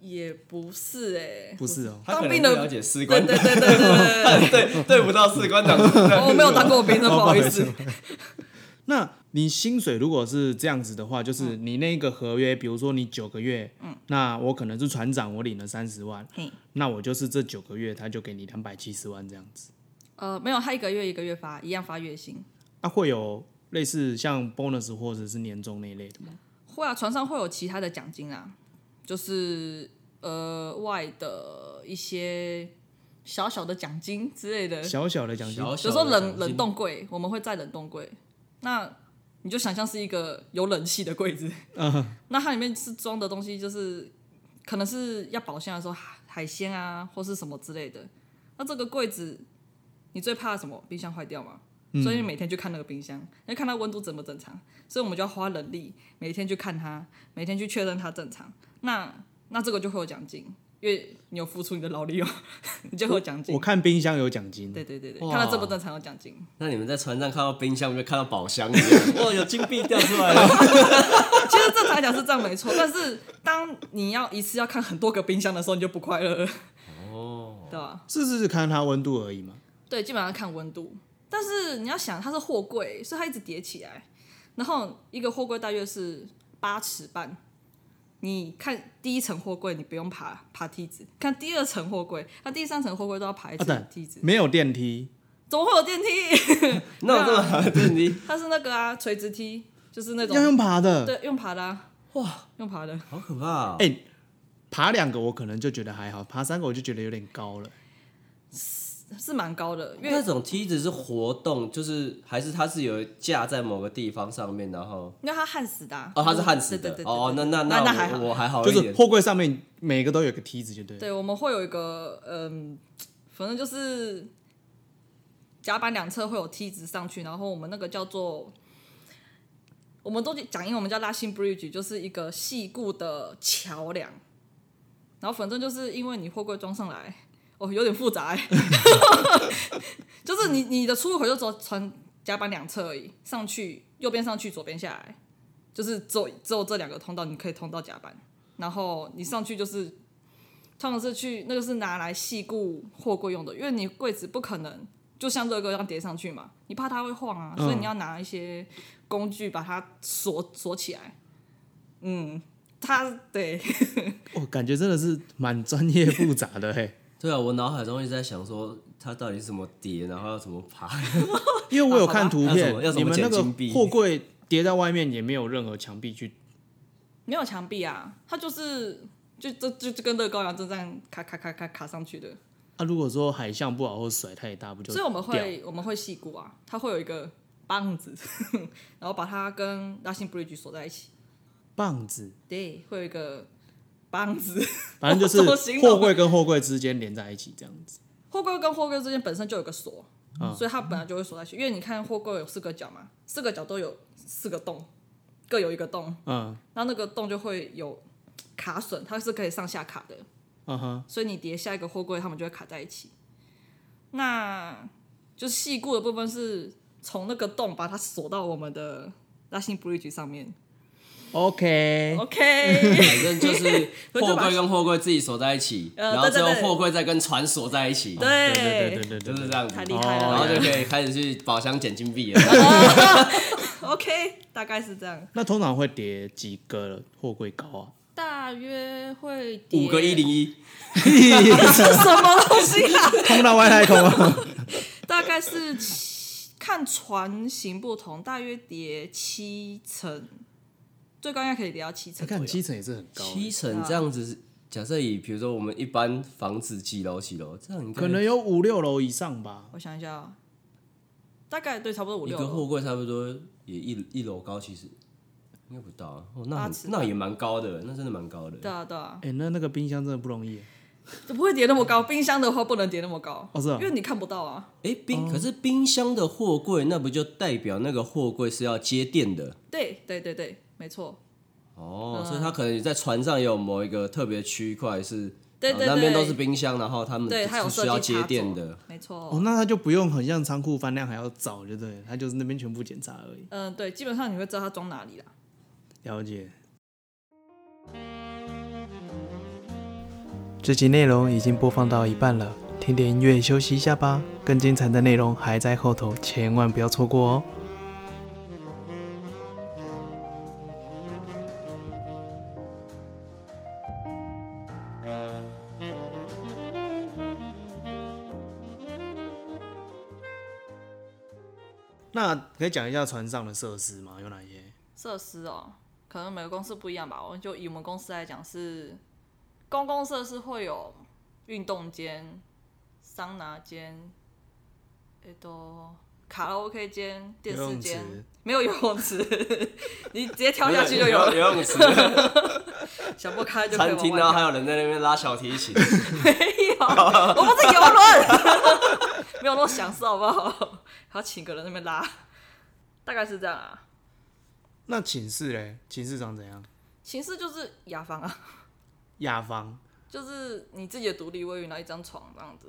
[SPEAKER 3] 也不是哎、
[SPEAKER 1] 不是哦，
[SPEAKER 2] 他可
[SPEAKER 3] 当
[SPEAKER 2] 能
[SPEAKER 3] 兵
[SPEAKER 2] 不
[SPEAKER 3] 的
[SPEAKER 2] 了解士
[SPEAKER 3] 对
[SPEAKER 2] 官
[SPEAKER 3] 对对对对对
[SPEAKER 2] 对对不到士官长，
[SPEAKER 3] 对，哦我没有当过兵哦的，不好意思。
[SPEAKER 1] 那你薪水如果是这样子的话，就是你那个合约，比如说你九个月，嗯，那我可能是船长，我领了三十万，
[SPEAKER 3] 嘿
[SPEAKER 1] 那我就是这九个月他就给你两百七十万这样子。
[SPEAKER 3] 呃，没有，他一个月一个月发，一样发月薪。
[SPEAKER 1] 啊，会有类似像 bonus 或者是年终那一类的吗？
[SPEAKER 3] 会啊，船上会有其他的奖金啊，就是额外的一些小小的奖金之类的。
[SPEAKER 1] 小小的奖金，
[SPEAKER 2] 小
[SPEAKER 3] 比如
[SPEAKER 2] 小
[SPEAKER 3] 说
[SPEAKER 2] 的
[SPEAKER 3] 冷
[SPEAKER 2] 奖
[SPEAKER 3] 冷
[SPEAKER 2] 金
[SPEAKER 3] 冻柜，我们会在冷冻柜，那你就想象是一个有冷气的柜子，
[SPEAKER 2] 嗯
[SPEAKER 3] 那它里面是装的东西，就是可能是要保鲜的时候海海鲜啊，或是什么之类的。那这个柜子，你最怕什么？冰箱坏掉嘛？
[SPEAKER 2] 嗯
[SPEAKER 3] 所以你每天去看那个冰箱，要看它温度正不正常，所以我们就要花人力每天去看它，每天去确认它正常。那那这个就会有奖金，因为你有付出你的劳力哦， 你就会有奖金
[SPEAKER 1] 我。看冰箱有奖金，
[SPEAKER 3] 对对对对，
[SPEAKER 2] 哇
[SPEAKER 3] 看到这不正常有奖金，
[SPEAKER 2] 那你们在船上看到冰箱，有没有看到宝箱一样？哇，有金币掉出来了！
[SPEAKER 3] 其实正常来讲是这样没错，但是当你要一次要看很多个冰箱的时候，你就不快乐了，
[SPEAKER 2] 哦，
[SPEAKER 3] 对吧、啊
[SPEAKER 1] 是是是看它温度而已嘛。
[SPEAKER 3] 对，基本上看温度，但是你要想它是货柜，所以它一直叠起来，然后一个货柜大约是八尺半。你看第一层货柜，你不用爬爬梯子；看第二层货柜，它第三层货柜都要爬一
[SPEAKER 1] 啊，
[SPEAKER 3] 次
[SPEAKER 1] 等
[SPEAKER 3] 梯子，
[SPEAKER 1] 没有电梯，
[SPEAKER 3] 怎么会有电 梯？
[SPEAKER 2] 那我这么好的电梯，
[SPEAKER 3] 它是那个啊，垂直梯，就是那
[SPEAKER 1] 要
[SPEAKER 3] 种
[SPEAKER 1] 用爬的。
[SPEAKER 3] 对用爬的、啊，哇，用爬的。
[SPEAKER 2] 好可怕哦！
[SPEAKER 1] 哎爬两个我可能就觉得还好，爬三个我就觉得有点高了。
[SPEAKER 3] 是蛮高的，因为
[SPEAKER 2] 那种梯子是活动，就是还是它是有架在某个地方上面，然后
[SPEAKER 3] 因为它焊死的啊、
[SPEAKER 2] 哦，它是焊死的
[SPEAKER 3] 对对对。对
[SPEAKER 2] 哦，
[SPEAKER 3] 对
[SPEAKER 2] 那那
[SPEAKER 3] 那
[SPEAKER 2] 我
[SPEAKER 3] 还好。
[SPEAKER 2] 我还好
[SPEAKER 1] 就
[SPEAKER 2] 一
[SPEAKER 1] 是
[SPEAKER 2] 点。
[SPEAKER 1] 货柜上面每个都有个梯子，就对。
[SPEAKER 3] 对，我们会有一个嗯，反正就是甲板两侧会有梯子上去，然后我们那个叫做，我们都讲英文，我们叫拉辛 bridge，就是一个细固的桥梁。然后反正就是因为你货柜装上来，哦，有点复杂、欸， 就是你你的出入口就走船甲板两侧而已，上去右边上去，左边下来，就是只有只有这两个通道你可以通到甲板。然后你上去就是通常是去那个是拿来细固货柜用的，因为你柜子不可能就像乐高一样叠上去嘛，你怕它会晃啊，
[SPEAKER 1] 嗯
[SPEAKER 3] 所以你要拿一些工具把它锁锁起来。嗯，它对，
[SPEAKER 1] 我、哦感觉真的是蛮专业复杂的嘿、
[SPEAKER 2] 对啊，我脑海中一直在想说，它到底是怎么叠，然后要怎么爬。
[SPEAKER 1] 因为我有看图
[SPEAKER 2] 啊好
[SPEAKER 1] 片
[SPEAKER 2] 吧要，怎
[SPEAKER 1] 你
[SPEAKER 2] 么
[SPEAKER 1] 们那
[SPEAKER 2] 要怎
[SPEAKER 1] 个
[SPEAKER 2] 么捡金币
[SPEAKER 1] 货柜叠在外面也没有任何墙壁去，
[SPEAKER 3] 没有墙壁啊，它就是就就就就跟乐高一样，就这样卡卡卡卡卡上去的。
[SPEAKER 1] 啊，如果说海象不好或水太大，不就
[SPEAKER 3] 所以我们
[SPEAKER 1] 掉
[SPEAKER 3] 会我们会细骨啊，它会有一个棒子， 然后把它跟拉辛 bridge 锁在一起。
[SPEAKER 1] 棒子，
[SPEAKER 3] 对，会有一个棒子，
[SPEAKER 1] 反正就
[SPEAKER 3] 我怎么
[SPEAKER 1] 是
[SPEAKER 3] 形容
[SPEAKER 1] 货柜跟货柜之间连在一起这样子。
[SPEAKER 3] 货柜跟货柜之间本身就有个锁，
[SPEAKER 1] 嗯
[SPEAKER 3] 所以它本来就会锁在一起。因为你看货柜有四个角嘛，四个角都有四个洞，各有一个洞，
[SPEAKER 1] 嗯
[SPEAKER 3] 然后那个洞就会有卡榫，它是可以上下卡的，
[SPEAKER 1] 嗯哼，
[SPEAKER 3] 所以你叠下一个货柜，它们就会卡在一起。那就是细固的部分是从那个洞把它锁到我们的拉辛 bridge 上面。
[SPEAKER 1] OK，
[SPEAKER 3] OK，
[SPEAKER 2] 反正 就是
[SPEAKER 3] 我就
[SPEAKER 2] 货
[SPEAKER 3] 把
[SPEAKER 2] 柜跟货柜自己锁在一起，
[SPEAKER 3] 呃
[SPEAKER 2] 然后最后
[SPEAKER 3] 对对对
[SPEAKER 2] 货柜再跟船锁在一起，
[SPEAKER 1] 对对对哦对对
[SPEAKER 3] 对，
[SPEAKER 2] 就是
[SPEAKER 1] 对
[SPEAKER 2] 啊这样子
[SPEAKER 3] 太。厉害
[SPEAKER 2] 然后
[SPEAKER 3] 了。
[SPEAKER 2] 就可以开始去宝箱捡金币了。
[SPEAKER 3] OK，大概是这样，
[SPEAKER 1] 那通常会叠几个货柜高 啊？
[SPEAKER 3] 大约会叠
[SPEAKER 2] 五个一零一，
[SPEAKER 3] 是什么 东西啊？
[SPEAKER 1] 通到外太空啊？
[SPEAKER 3] 大概是七看船型不同，大约叠七层，最高应该可以叠到七
[SPEAKER 2] 哎
[SPEAKER 3] 层左
[SPEAKER 1] 看
[SPEAKER 3] 右。
[SPEAKER 1] 七层也是很高欸，
[SPEAKER 2] 七层
[SPEAKER 3] 啊
[SPEAKER 2] 这样子。假设以比如说我们一般房子几楼几楼，这样应该
[SPEAKER 1] 可能有五六楼以上吧。
[SPEAKER 3] 我想一下哦，大概对，差不多五
[SPEAKER 2] 一
[SPEAKER 3] 六
[SPEAKER 2] 个
[SPEAKER 3] 楼。
[SPEAKER 2] 货柜差不多也一一楼高，其实应该不到啊。哦，那
[SPEAKER 3] 八
[SPEAKER 2] 很
[SPEAKER 3] 尺吧
[SPEAKER 2] 那也蛮高的，那真的蛮高
[SPEAKER 3] 对
[SPEAKER 2] 的。
[SPEAKER 3] 啊，对啊，
[SPEAKER 1] 哎，那那个冰箱真的不容易欸。
[SPEAKER 3] 不会叠那么高。
[SPEAKER 2] 嗯
[SPEAKER 3] 冰箱的话不能叠那么高，
[SPEAKER 1] 哦是啊
[SPEAKER 3] 因为你看不到啊。
[SPEAKER 2] 哎，
[SPEAKER 1] 哦
[SPEAKER 2] 冰可是冰箱的货柜，那不就代表那个货柜是要接电的
[SPEAKER 3] 对对对对，没错。
[SPEAKER 2] 哦？
[SPEAKER 3] 嗯
[SPEAKER 2] 所以它可能在船上有某一个特别区块是，
[SPEAKER 3] 对
[SPEAKER 2] 啊
[SPEAKER 3] 对对，
[SPEAKER 2] 那边都是冰箱，然后他们
[SPEAKER 3] 对，它有
[SPEAKER 2] 是
[SPEAKER 3] 设
[SPEAKER 2] 需要
[SPEAKER 3] 计插
[SPEAKER 2] 接
[SPEAKER 3] 座
[SPEAKER 2] 电的。，
[SPEAKER 3] 没错。
[SPEAKER 1] 哦，那他就不用很像仓库翻量还要找，就对了，他就是那边全部检查而已。
[SPEAKER 3] 嗯，对，基本上你会知道它装哪里啦。
[SPEAKER 1] 了解。这集内容已经播放到一半了，听点音乐休息一下吧。更精彩的内容还在后头，千万不要错过哦。那可以讲一下船上的设施吗？有哪些？
[SPEAKER 3] 设施哦，可能每个公司不一样吧。我们就以我们公司来讲，是公共设施会有运动间、桑拿间、诶都卡拉 OK 间、电
[SPEAKER 1] 游
[SPEAKER 3] 视
[SPEAKER 1] 泳
[SPEAKER 3] 间
[SPEAKER 1] 池，
[SPEAKER 3] 没有游泳池， 你直接跳下 去就有
[SPEAKER 2] 游
[SPEAKER 3] 了。
[SPEAKER 2] 泳池、
[SPEAKER 3] 小波开就可以
[SPEAKER 2] 餐
[SPEAKER 3] 往
[SPEAKER 2] 厅，
[SPEAKER 3] 外
[SPEAKER 2] 然后还
[SPEAKER 3] 跳
[SPEAKER 2] 有人在那边拉小提 琴。
[SPEAKER 3] 没有，我不是游轮， 没有那么享受好不好？ 还要请个人在那边拉，大概是这样啊。
[SPEAKER 1] 那寝室嘞？寝室长怎样？
[SPEAKER 3] 形式就是雅房啊。
[SPEAKER 1] 雅房。
[SPEAKER 3] 就是你自己的独立卫浴，然后一张床这样子，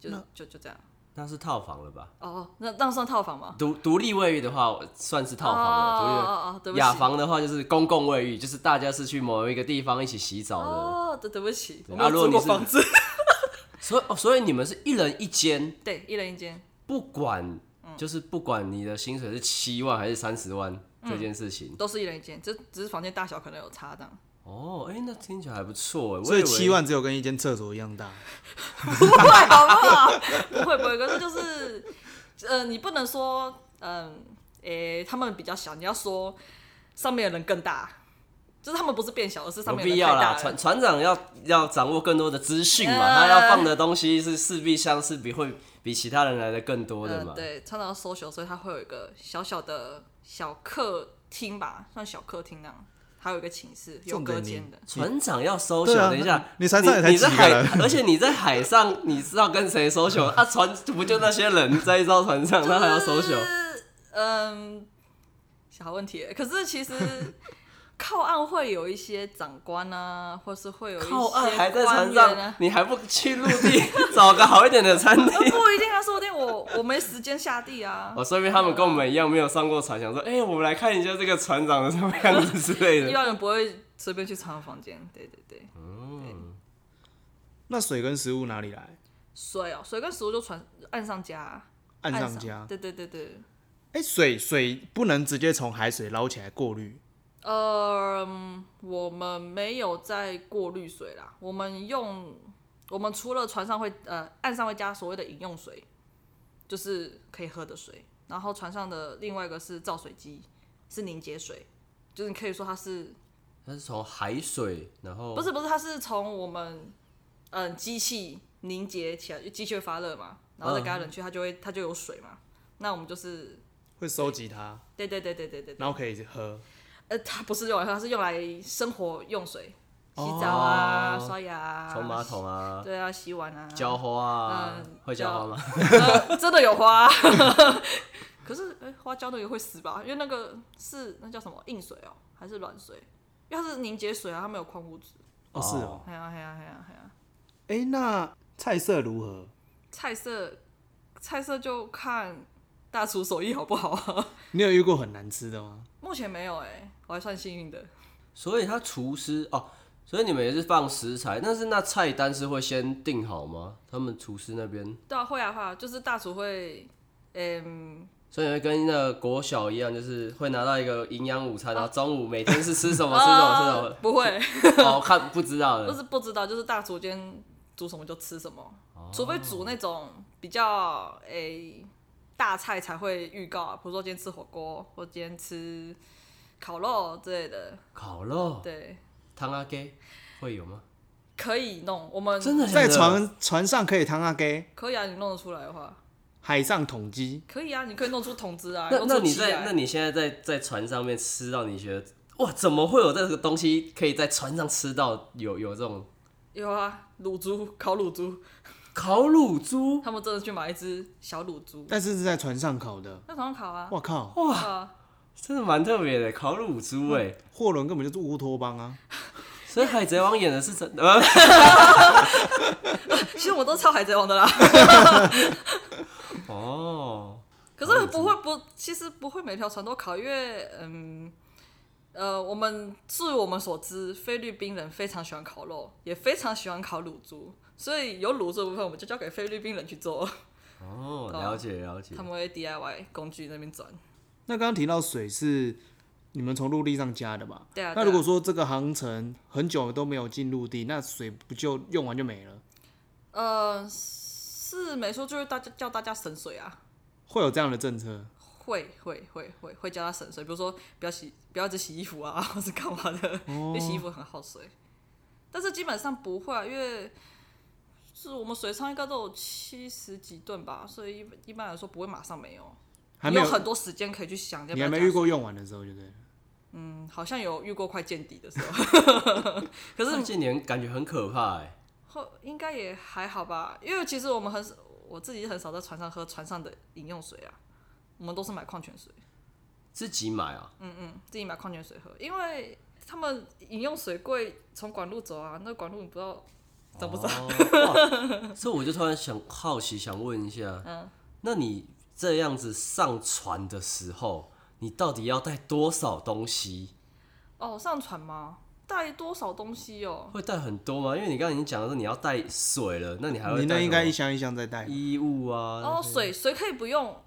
[SPEAKER 3] 就
[SPEAKER 1] 那
[SPEAKER 3] 就就这样。
[SPEAKER 2] 那是套房了吧？
[SPEAKER 3] 哦，那那算套房吗？
[SPEAKER 2] 独独立卫浴的话，我算是套房了。
[SPEAKER 3] 哦哦哦，对
[SPEAKER 2] 独立
[SPEAKER 3] 不起。
[SPEAKER 2] 雅房的话就是公共卫浴，就是大家是去某一个地方一起洗澡的。
[SPEAKER 3] 哦，对对不起，
[SPEAKER 2] 对
[SPEAKER 3] 我没有
[SPEAKER 2] 啊如果
[SPEAKER 3] 住
[SPEAKER 2] 你
[SPEAKER 3] 过
[SPEAKER 2] 是
[SPEAKER 3] 房子。
[SPEAKER 2] 所以哦，所以你们是一人一间，
[SPEAKER 3] 对，一人一间。
[SPEAKER 2] 不管
[SPEAKER 3] 嗯
[SPEAKER 2] 就是不管你的薪水是七万还是三十万这件事情。
[SPEAKER 3] 都是一人一间，只只是房间大小可能有差这样。
[SPEAKER 2] 哦，哎，那听起来还不错哎。
[SPEAKER 1] 所以
[SPEAKER 2] 我以为
[SPEAKER 1] 七万只有跟一间厕所一样大。
[SPEAKER 3] 不会好不好？不会不会，可是就是，呃，你不能说，嗯、诶、他们比较小，你要说上面的人更大，就是他们不是变小，而是上
[SPEAKER 2] 有
[SPEAKER 3] 面的
[SPEAKER 2] 必
[SPEAKER 3] 人
[SPEAKER 2] 要
[SPEAKER 3] 太
[SPEAKER 2] 啦，
[SPEAKER 3] 大
[SPEAKER 2] 船
[SPEAKER 3] 了。
[SPEAKER 2] 船长要要掌握更多的资讯嘛，
[SPEAKER 3] 呃
[SPEAKER 2] 他要放的东西是势必相似，比会比其他人来的更多的嘛
[SPEAKER 3] 呃、。对，穿到 social，所以它会有一个小小的小客厅吧，算小客厅那样，还有一个寝室，有
[SPEAKER 1] 重点
[SPEAKER 3] 隔
[SPEAKER 1] 你
[SPEAKER 3] 间的。
[SPEAKER 2] 船长要收
[SPEAKER 1] 对
[SPEAKER 2] 小，
[SPEAKER 1] 啊
[SPEAKER 2] 等一下，
[SPEAKER 1] 你船上也才
[SPEAKER 2] 你在
[SPEAKER 1] 几个
[SPEAKER 2] 海
[SPEAKER 1] 人，
[SPEAKER 2] 而且你在海上，你知道跟谁收 小啊？船不就那些人在一艘船上，那还要收小？
[SPEAKER 3] 呃嗯，小问题耶。可是其实 靠岸会有一些长官啊，或是会有一些
[SPEAKER 2] 靠岸还在船
[SPEAKER 3] 官员
[SPEAKER 2] 上
[SPEAKER 3] 啊，。
[SPEAKER 2] 你还不去陆地找个好一点的餐厅？
[SPEAKER 3] 呃不一定啊，说不定我我没时间下地啊
[SPEAKER 2] 哦，。说明他们跟我们一样没有上过船，想说，哎、我们来看一下这个船长的什么样子之类
[SPEAKER 3] 一
[SPEAKER 2] 的。
[SPEAKER 3] 般人不会随便去床房间。对对对，
[SPEAKER 1] 那水跟食物哪里来？
[SPEAKER 3] 水哦，水跟食物就船岸上加啊，
[SPEAKER 1] 岸上加。
[SPEAKER 3] 对对对对。
[SPEAKER 1] 哎、水水不能直接从海水捞起来过滤。
[SPEAKER 3] 呃，嗯我们没有在过滤水啦，我们用我们除了船上会呃岸上会加所谓的饮用水，就是可以喝的水，然后船上的另外一个是造水机，是凝结水，就是你可以说它是
[SPEAKER 2] 它是从海水，然后
[SPEAKER 3] 不是不是它是从我们嗯、机器凝结起来，机器会发热嘛，然
[SPEAKER 2] 嗯
[SPEAKER 3] 后再给它冷却，它就会它就有水嘛，那我们就是
[SPEAKER 1] 会收集它，
[SPEAKER 3] 对对对对对对对
[SPEAKER 1] 然后可以喝。
[SPEAKER 3] 呃，它不是用来喝，它是用来生活用水，洗澡啊、
[SPEAKER 2] 哦
[SPEAKER 3] 刷牙、啊、
[SPEAKER 2] 冲马桶啊，
[SPEAKER 3] 对啊，洗碗啊，
[SPEAKER 2] 浇花啊，
[SPEAKER 3] 嗯
[SPEAKER 2] 会浇花吗？
[SPEAKER 3] 呃真的有花，可是、哎花花椒那个会死吧？因为那个是那叫什么硬水哦、还是软水？因为它是凝结水啊，它没有矿物质。
[SPEAKER 1] 哦是哦，
[SPEAKER 3] 嘿啊嘿啊嘿啊嘿啊！
[SPEAKER 1] 哎、那菜色如何？
[SPEAKER 3] 菜色菜色就看大厨手艺好不好 啊？
[SPEAKER 1] 你有遇过很难吃的吗？
[SPEAKER 3] 目前没有哎、我还算幸运的。
[SPEAKER 2] 所以他厨师哦，所以你们也是放食材，但是那菜单是会先定好吗？他们厨师那边，
[SPEAKER 3] 对啊，会啊会啊，就是大厨会，嗯，
[SPEAKER 2] 所以你会跟那个国小一样，就是会拿到一个营养午餐，然后中午每哦天是吃 什么吃什
[SPEAKER 3] 啊
[SPEAKER 2] 么
[SPEAKER 3] 不会，
[SPEAKER 2] 吃什么，哦，看不知道
[SPEAKER 3] 就
[SPEAKER 2] 的。
[SPEAKER 3] 是不知道，就是大厨今天煮什么就吃什么，
[SPEAKER 2] 哦
[SPEAKER 3] 除非煮那种比较诶、大菜才会预告啊，比如说今天吃火锅，或今天吃烤肉之类的，
[SPEAKER 2] 烤肉、
[SPEAKER 3] 对，
[SPEAKER 2] 汤阿给会有吗？
[SPEAKER 3] 可以弄。我们
[SPEAKER 2] 真的假
[SPEAKER 1] 在
[SPEAKER 2] 的
[SPEAKER 1] 船船上可以汤阿给
[SPEAKER 3] 可以啊，你弄得出来的话，
[SPEAKER 1] 海上统鸡，
[SPEAKER 3] 可以啊，你可以弄出桶子啊，
[SPEAKER 2] 那
[SPEAKER 3] 弄
[SPEAKER 2] 那
[SPEAKER 3] 出
[SPEAKER 2] 你
[SPEAKER 3] 鸡
[SPEAKER 2] 在那
[SPEAKER 3] 来。
[SPEAKER 2] 你现在在在船上面吃到，你觉得哇，怎么会有这个东西可以在船上吃到？有有这种
[SPEAKER 3] 有啊，卤猪烤卤猪，
[SPEAKER 2] 烤乳猪
[SPEAKER 3] 他们真的去买一只小卤猪，
[SPEAKER 1] 但是是在船上烤的。
[SPEAKER 3] 在床上烤啊，
[SPEAKER 1] 我靠，
[SPEAKER 3] 哇，
[SPEAKER 2] 真的蛮特别的，烤乳猪哎、
[SPEAKER 3] 嗯
[SPEAKER 1] 货轮根本就是乌托邦啊！
[SPEAKER 2] 所以海贼王演的是真的， 呃，
[SPEAKER 3] 其实我都超海贼王的啦。
[SPEAKER 2] 哦，
[SPEAKER 3] 可是不会不，其实不会每条船都考，因为嗯，呃，我们据我们所知，菲律宾人非常喜欢烤肉，也非常喜欢烤乳猪，所以有卤这部分我们就交给菲律宾人去做，
[SPEAKER 2] 哦，
[SPEAKER 3] 对啊
[SPEAKER 2] 了解了解
[SPEAKER 3] 他。们会 DIY 工具那边转。
[SPEAKER 1] 那刚刚提到水是你们从陆地上加的吧？
[SPEAKER 3] 对啊对
[SPEAKER 1] 那
[SPEAKER 3] 啊
[SPEAKER 1] 如果说这个航程很久都没有进陆地，那水不就用完就没了？
[SPEAKER 3] 呃，是没错，就是大家叫大家省水啊，
[SPEAKER 1] 会有这样的政策？
[SPEAKER 3] 会会会会会叫他省水，比如说不要洗，不要一直洗衣服啊， 或是干嘛的，因为洗衣服很耗水。但是基本上不会、啊，因为是我们水仓应该都有七十几吨吧，所以一一般来说不会马上没有，
[SPEAKER 1] 还
[SPEAKER 3] 你
[SPEAKER 1] 没
[SPEAKER 3] 有很多时间可以去想。要不
[SPEAKER 1] 你
[SPEAKER 3] 要
[SPEAKER 1] 还没
[SPEAKER 3] 加
[SPEAKER 1] 遇过用完的时候，就对了。
[SPEAKER 3] 水？嗯，好像有遇过快见底的时候， 可是
[SPEAKER 2] 那这年感觉很可怕哎，
[SPEAKER 3] 后应该也还好吧，因为其实我们很少，我自己很少在船上喝船上的饮用水啊，我们都是买矿泉水。
[SPEAKER 2] 自己买啊，
[SPEAKER 3] 嗯，自己买矿泉水喝，因为他们饮用水柜从管路走啊，那管路你不知道找不着。
[SPEAKER 2] 哦
[SPEAKER 3] 嗯
[SPEAKER 2] 哇所以我就突然想好奇，想问一下，那你这样子上船的时候，你到底要带多少东西？
[SPEAKER 3] 哦，上船吗？带多少东西哦？
[SPEAKER 2] 会带很多吗？因为你刚才已经讲的是你要带水了，那你还会
[SPEAKER 1] 你那
[SPEAKER 2] 带
[SPEAKER 1] 应该一
[SPEAKER 2] 什
[SPEAKER 1] 箱一箱在带
[SPEAKER 2] 么。衣物啊？
[SPEAKER 3] 哦，水水可以不用，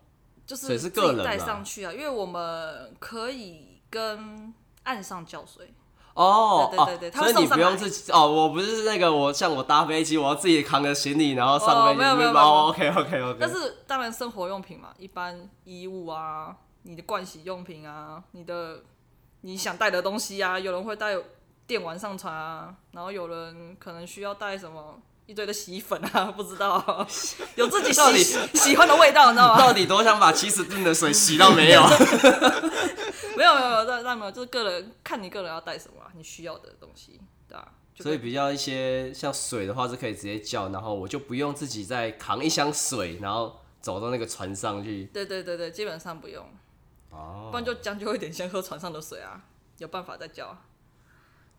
[SPEAKER 3] 就是
[SPEAKER 2] 水是
[SPEAKER 3] 自
[SPEAKER 2] 个人
[SPEAKER 3] 己带
[SPEAKER 2] 啦
[SPEAKER 3] 上去啊，因为我们可以跟岸上叫水。
[SPEAKER 2] 哦，
[SPEAKER 3] 对对对对
[SPEAKER 2] 哦
[SPEAKER 3] 他会
[SPEAKER 2] 所以你
[SPEAKER 3] 送
[SPEAKER 2] 不用
[SPEAKER 3] 上来
[SPEAKER 2] 自己哦，我不是那个，我像我搭飞机，我要自己扛着行李，然后上
[SPEAKER 3] 哦
[SPEAKER 2] 飞机。
[SPEAKER 3] 没有没有没有
[SPEAKER 2] 哦，OK OK OK。
[SPEAKER 3] 但是当然生活用品嘛，一般衣物啊，你的盥洗用品啊，你的你想带的东西啊，有人会带电玩上船啊，然后有人可能需要带什么一堆的洗衣粉啊， 不知道、 有自己
[SPEAKER 2] 到底
[SPEAKER 3] 喜喜欢的味道，你知道 吗？
[SPEAKER 2] 到底多想把七十吨的水洗到 没有？
[SPEAKER 3] 没有没有没有，那那没有，就是个人看你个人要带什么、啊，你需要的东西，对啊。就
[SPEAKER 2] 所以
[SPEAKER 3] 可
[SPEAKER 2] 比较一些像水的话是可以直接叫，然后我就不用自己再扛一箱水，然后走到那个船上去。
[SPEAKER 3] 对对对对，基本上不用，
[SPEAKER 2] 哦
[SPEAKER 3] 不，然就将就一点，先喝船上的水啊，有办法再叫啊。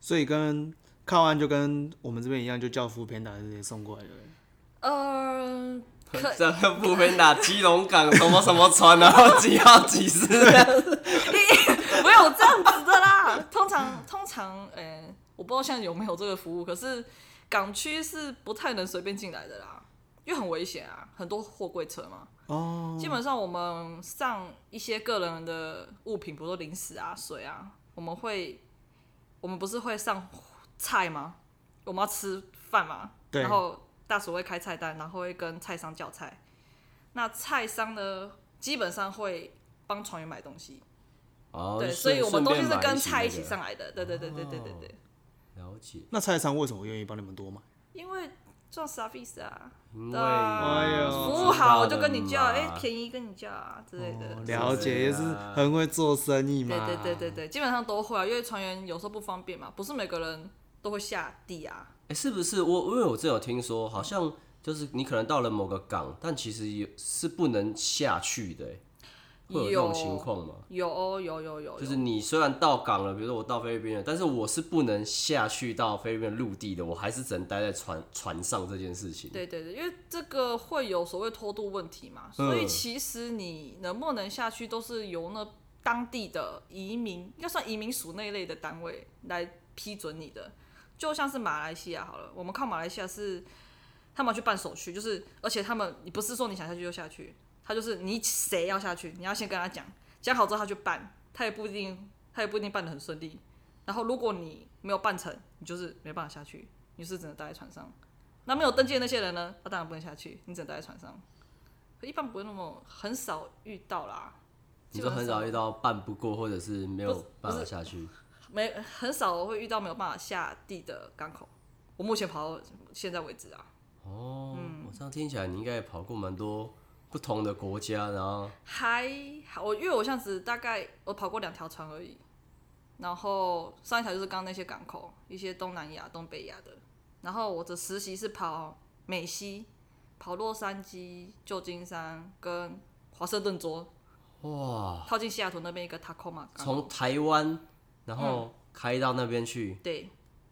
[SPEAKER 1] 所以跟靠岸就跟我们这边一样，就叫副偏打直接送过来的。
[SPEAKER 3] 呃，可
[SPEAKER 2] 这个不分打基隆港什么什么船，然后几号几十，
[SPEAKER 3] 没有这样子的啦。通常通常，呃、我不知道现在有没有这个服务，可是港区是不太能随便进来的啦，因为很危险啊，很多货柜车嘛。
[SPEAKER 1] 哦，
[SPEAKER 3] 基本上我们上一些个人的物品，比如说零食啊、水啊，我们会，我们不是会上菜吗？我们要吃饭嘛，
[SPEAKER 1] 对
[SPEAKER 3] 然后大厨会开菜单，然后会跟菜商叫菜。那菜商呢，基本上会帮船员买东西，
[SPEAKER 2] 哦
[SPEAKER 3] 对，
[SPEAKER 2] 就
[SPEAKER 3] 所以我
[SPEAKER 2] 顺
[SPEAKER 3] 们东西
[SPEAKER 2] 便
[SPEAKER 3] 是
[SPEAKER 2] 买
[SPEAKER 3] 跟菜一起
[SPEAKER 2] 那个哦
[SPEAKER 3] 上来的。对对对对对对对，
[SPEAKER 2] 了解，
[SPEAKER 1] 那菜商为什么愿意帮你们多买？
[SPEAKER 3] 因为赚 service 啊，
[SPEAKER 2] 因为
[SPEAKER 3] 对啊
[SPEAKER 1] 哎呦
[SPEAKER 3] 服务好我就跟你叫，
[SPEAKER 2] 哦知道的哦
[SPEAKER 3] 哎
[SPEAKER 2] 嘛，
[SPEAKER 3] 便宜跟你叫啊之类的。
[SPEAKER 1] 了解，也是很会做生意
[SPEAKER 3] 对
[SPEAKER 1] 嘛。
[SPEAKER 3] 对对对对，基本上都会啊，因为船员有时候不方便嘛，不是每个人都会下地啊。
[SPEAKER 2] 哎、是不是我？因为我这有听说，好像就是你可能到了某个港，但其实也是不能下去的、欸。会有这种情况吗？
[SPEAKER 3] 有哦有有有，有
[SPEAKER 2] 就是你虽然到港了，比如说我到菲律宾了，但是我是不能下去到菲律宾陆地的，我还是只能待在船船上这件事情。
[SPEAKER 3] 对对对，因为这个会有所谓偷渡问题嘛，所以其实你能不能下去，都是由那当地的移民，要算移民署那一类的单位来批准你的。就像是马来西亚好了，我们靠马来西亚是他们要去办手续，就是而且他们你不是说你想下去就下去，他就是你谁要下去，你要先跟他讲，讲好之后他去办，他也不一定他也不一定办得很顺利。然后如果你没有办成，你就是没办法下去，你就是只能待在船上。那没有登记的那些人呢？他当然不能下去，你只能待在船上。可一般不会那么很少遇到啦，
[SPEAKER 2] 你说很少遇到办不过，或者是没
[SPEAKER 3] 不
[SPEAKER 2] 有
[SPEAKER 3] 是
[SPEAKER 2] 办
[SPEAKER 3] 不
[SPEAKER 2] 法
[SPEAKER 3] 是
[SPEAKER 2] 下去。
[SPEAKER 3] 没很少会遇到没有办法下地的港口。我目前跑到现在为止啊，
[SPEAKER 2] 哦，
[SPEAKER 3] 嗯
[SPEAKER 2] 我这样听起来你应该也跑过蛮多不同的国家，然后
[SPEAKER 3] 还好，我因为我像子大概我跑过两条船而已，然后上一条就是刚刚那些港口，一些东南亚、东北亚的。然后我的实习是跑美西，跑洛杉矶、旧金山跟华盛顿州，
[SPEAKER 2] 哇，
[SPEAKER 3] 靠近西雅图那边一个 Tacoma 港口。
[SPEAKER 2] 从台湾然
[SPEAKER 3] 嗯
[SPEAKER 2] 后开到那边去，
[SPEAKER 3] 对，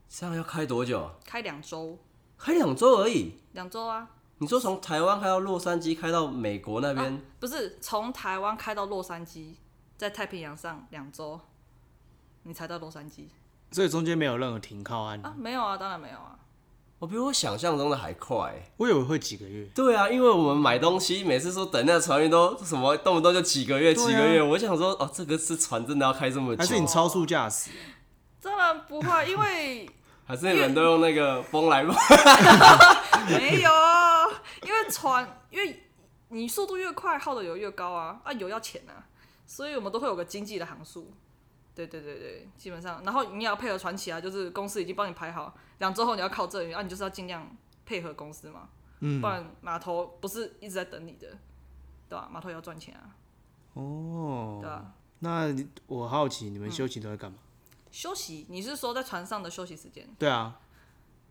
[SPEAKER 2] 这样要开多久啊？
[SPEAKER 3] 开两周，
[SPEAKER 2] 开两周而已。
[SPEAKER 3] 两周啊，
[SPEAKER 2] 你说从台湾开到洛杉矶，开到美国那边，
[SPEAKER 3] 不是从台湾开到洛杉矶，在太平洋上两周，你才到洛杉矶
[SPEAKER 1] 所以中间没有任何停靠岸。
[SPEAKER 3] 啊？没有啊，当然没有啊。
[SPEAKER 2] 我比我想象中的还快。
[SPEAKER 1] 我以为会几个月，
[SPEAKER 2] 对啊，因为我们买东西每次说等那船运都什么，动不动就几个月、
[SPEAKER 1] 对
[SPEAKER 2] 几
[SPEAKER 1] 啊
[SPEAKER 2] 个月。我想说，哦，这个是船真的要开这么久，
[SPEAKER 1] 还是你超速驾驶？
[SPEAKER 3] 当然不会，因为
[SPEAKER 2] 还是你们都用那个风来吧？
[SPEAKER 3] 没有，啊因为船，因为你速度越快，耗的油越高啊，啊油要钱啊，所以我们都会有个经济的航速。对对对对，基本上，然后你也要配合船企啊，就是公司已经帮你排好，两周后你要靠这里，啊，你就是要尽量配合公司嘛，嗯，不然码头不是一直在等你的，对吧、码头也要赚钱啊，
[SPEAKER 1] 哦，
[SPEAKER 3] 对吧、
[SPEAKER 1] 那你我好奇你们休息都在干嘛？
[SPEAKER 3] 休息，你是说在船上的休息时间？
[SPEAKER 1] 对啊，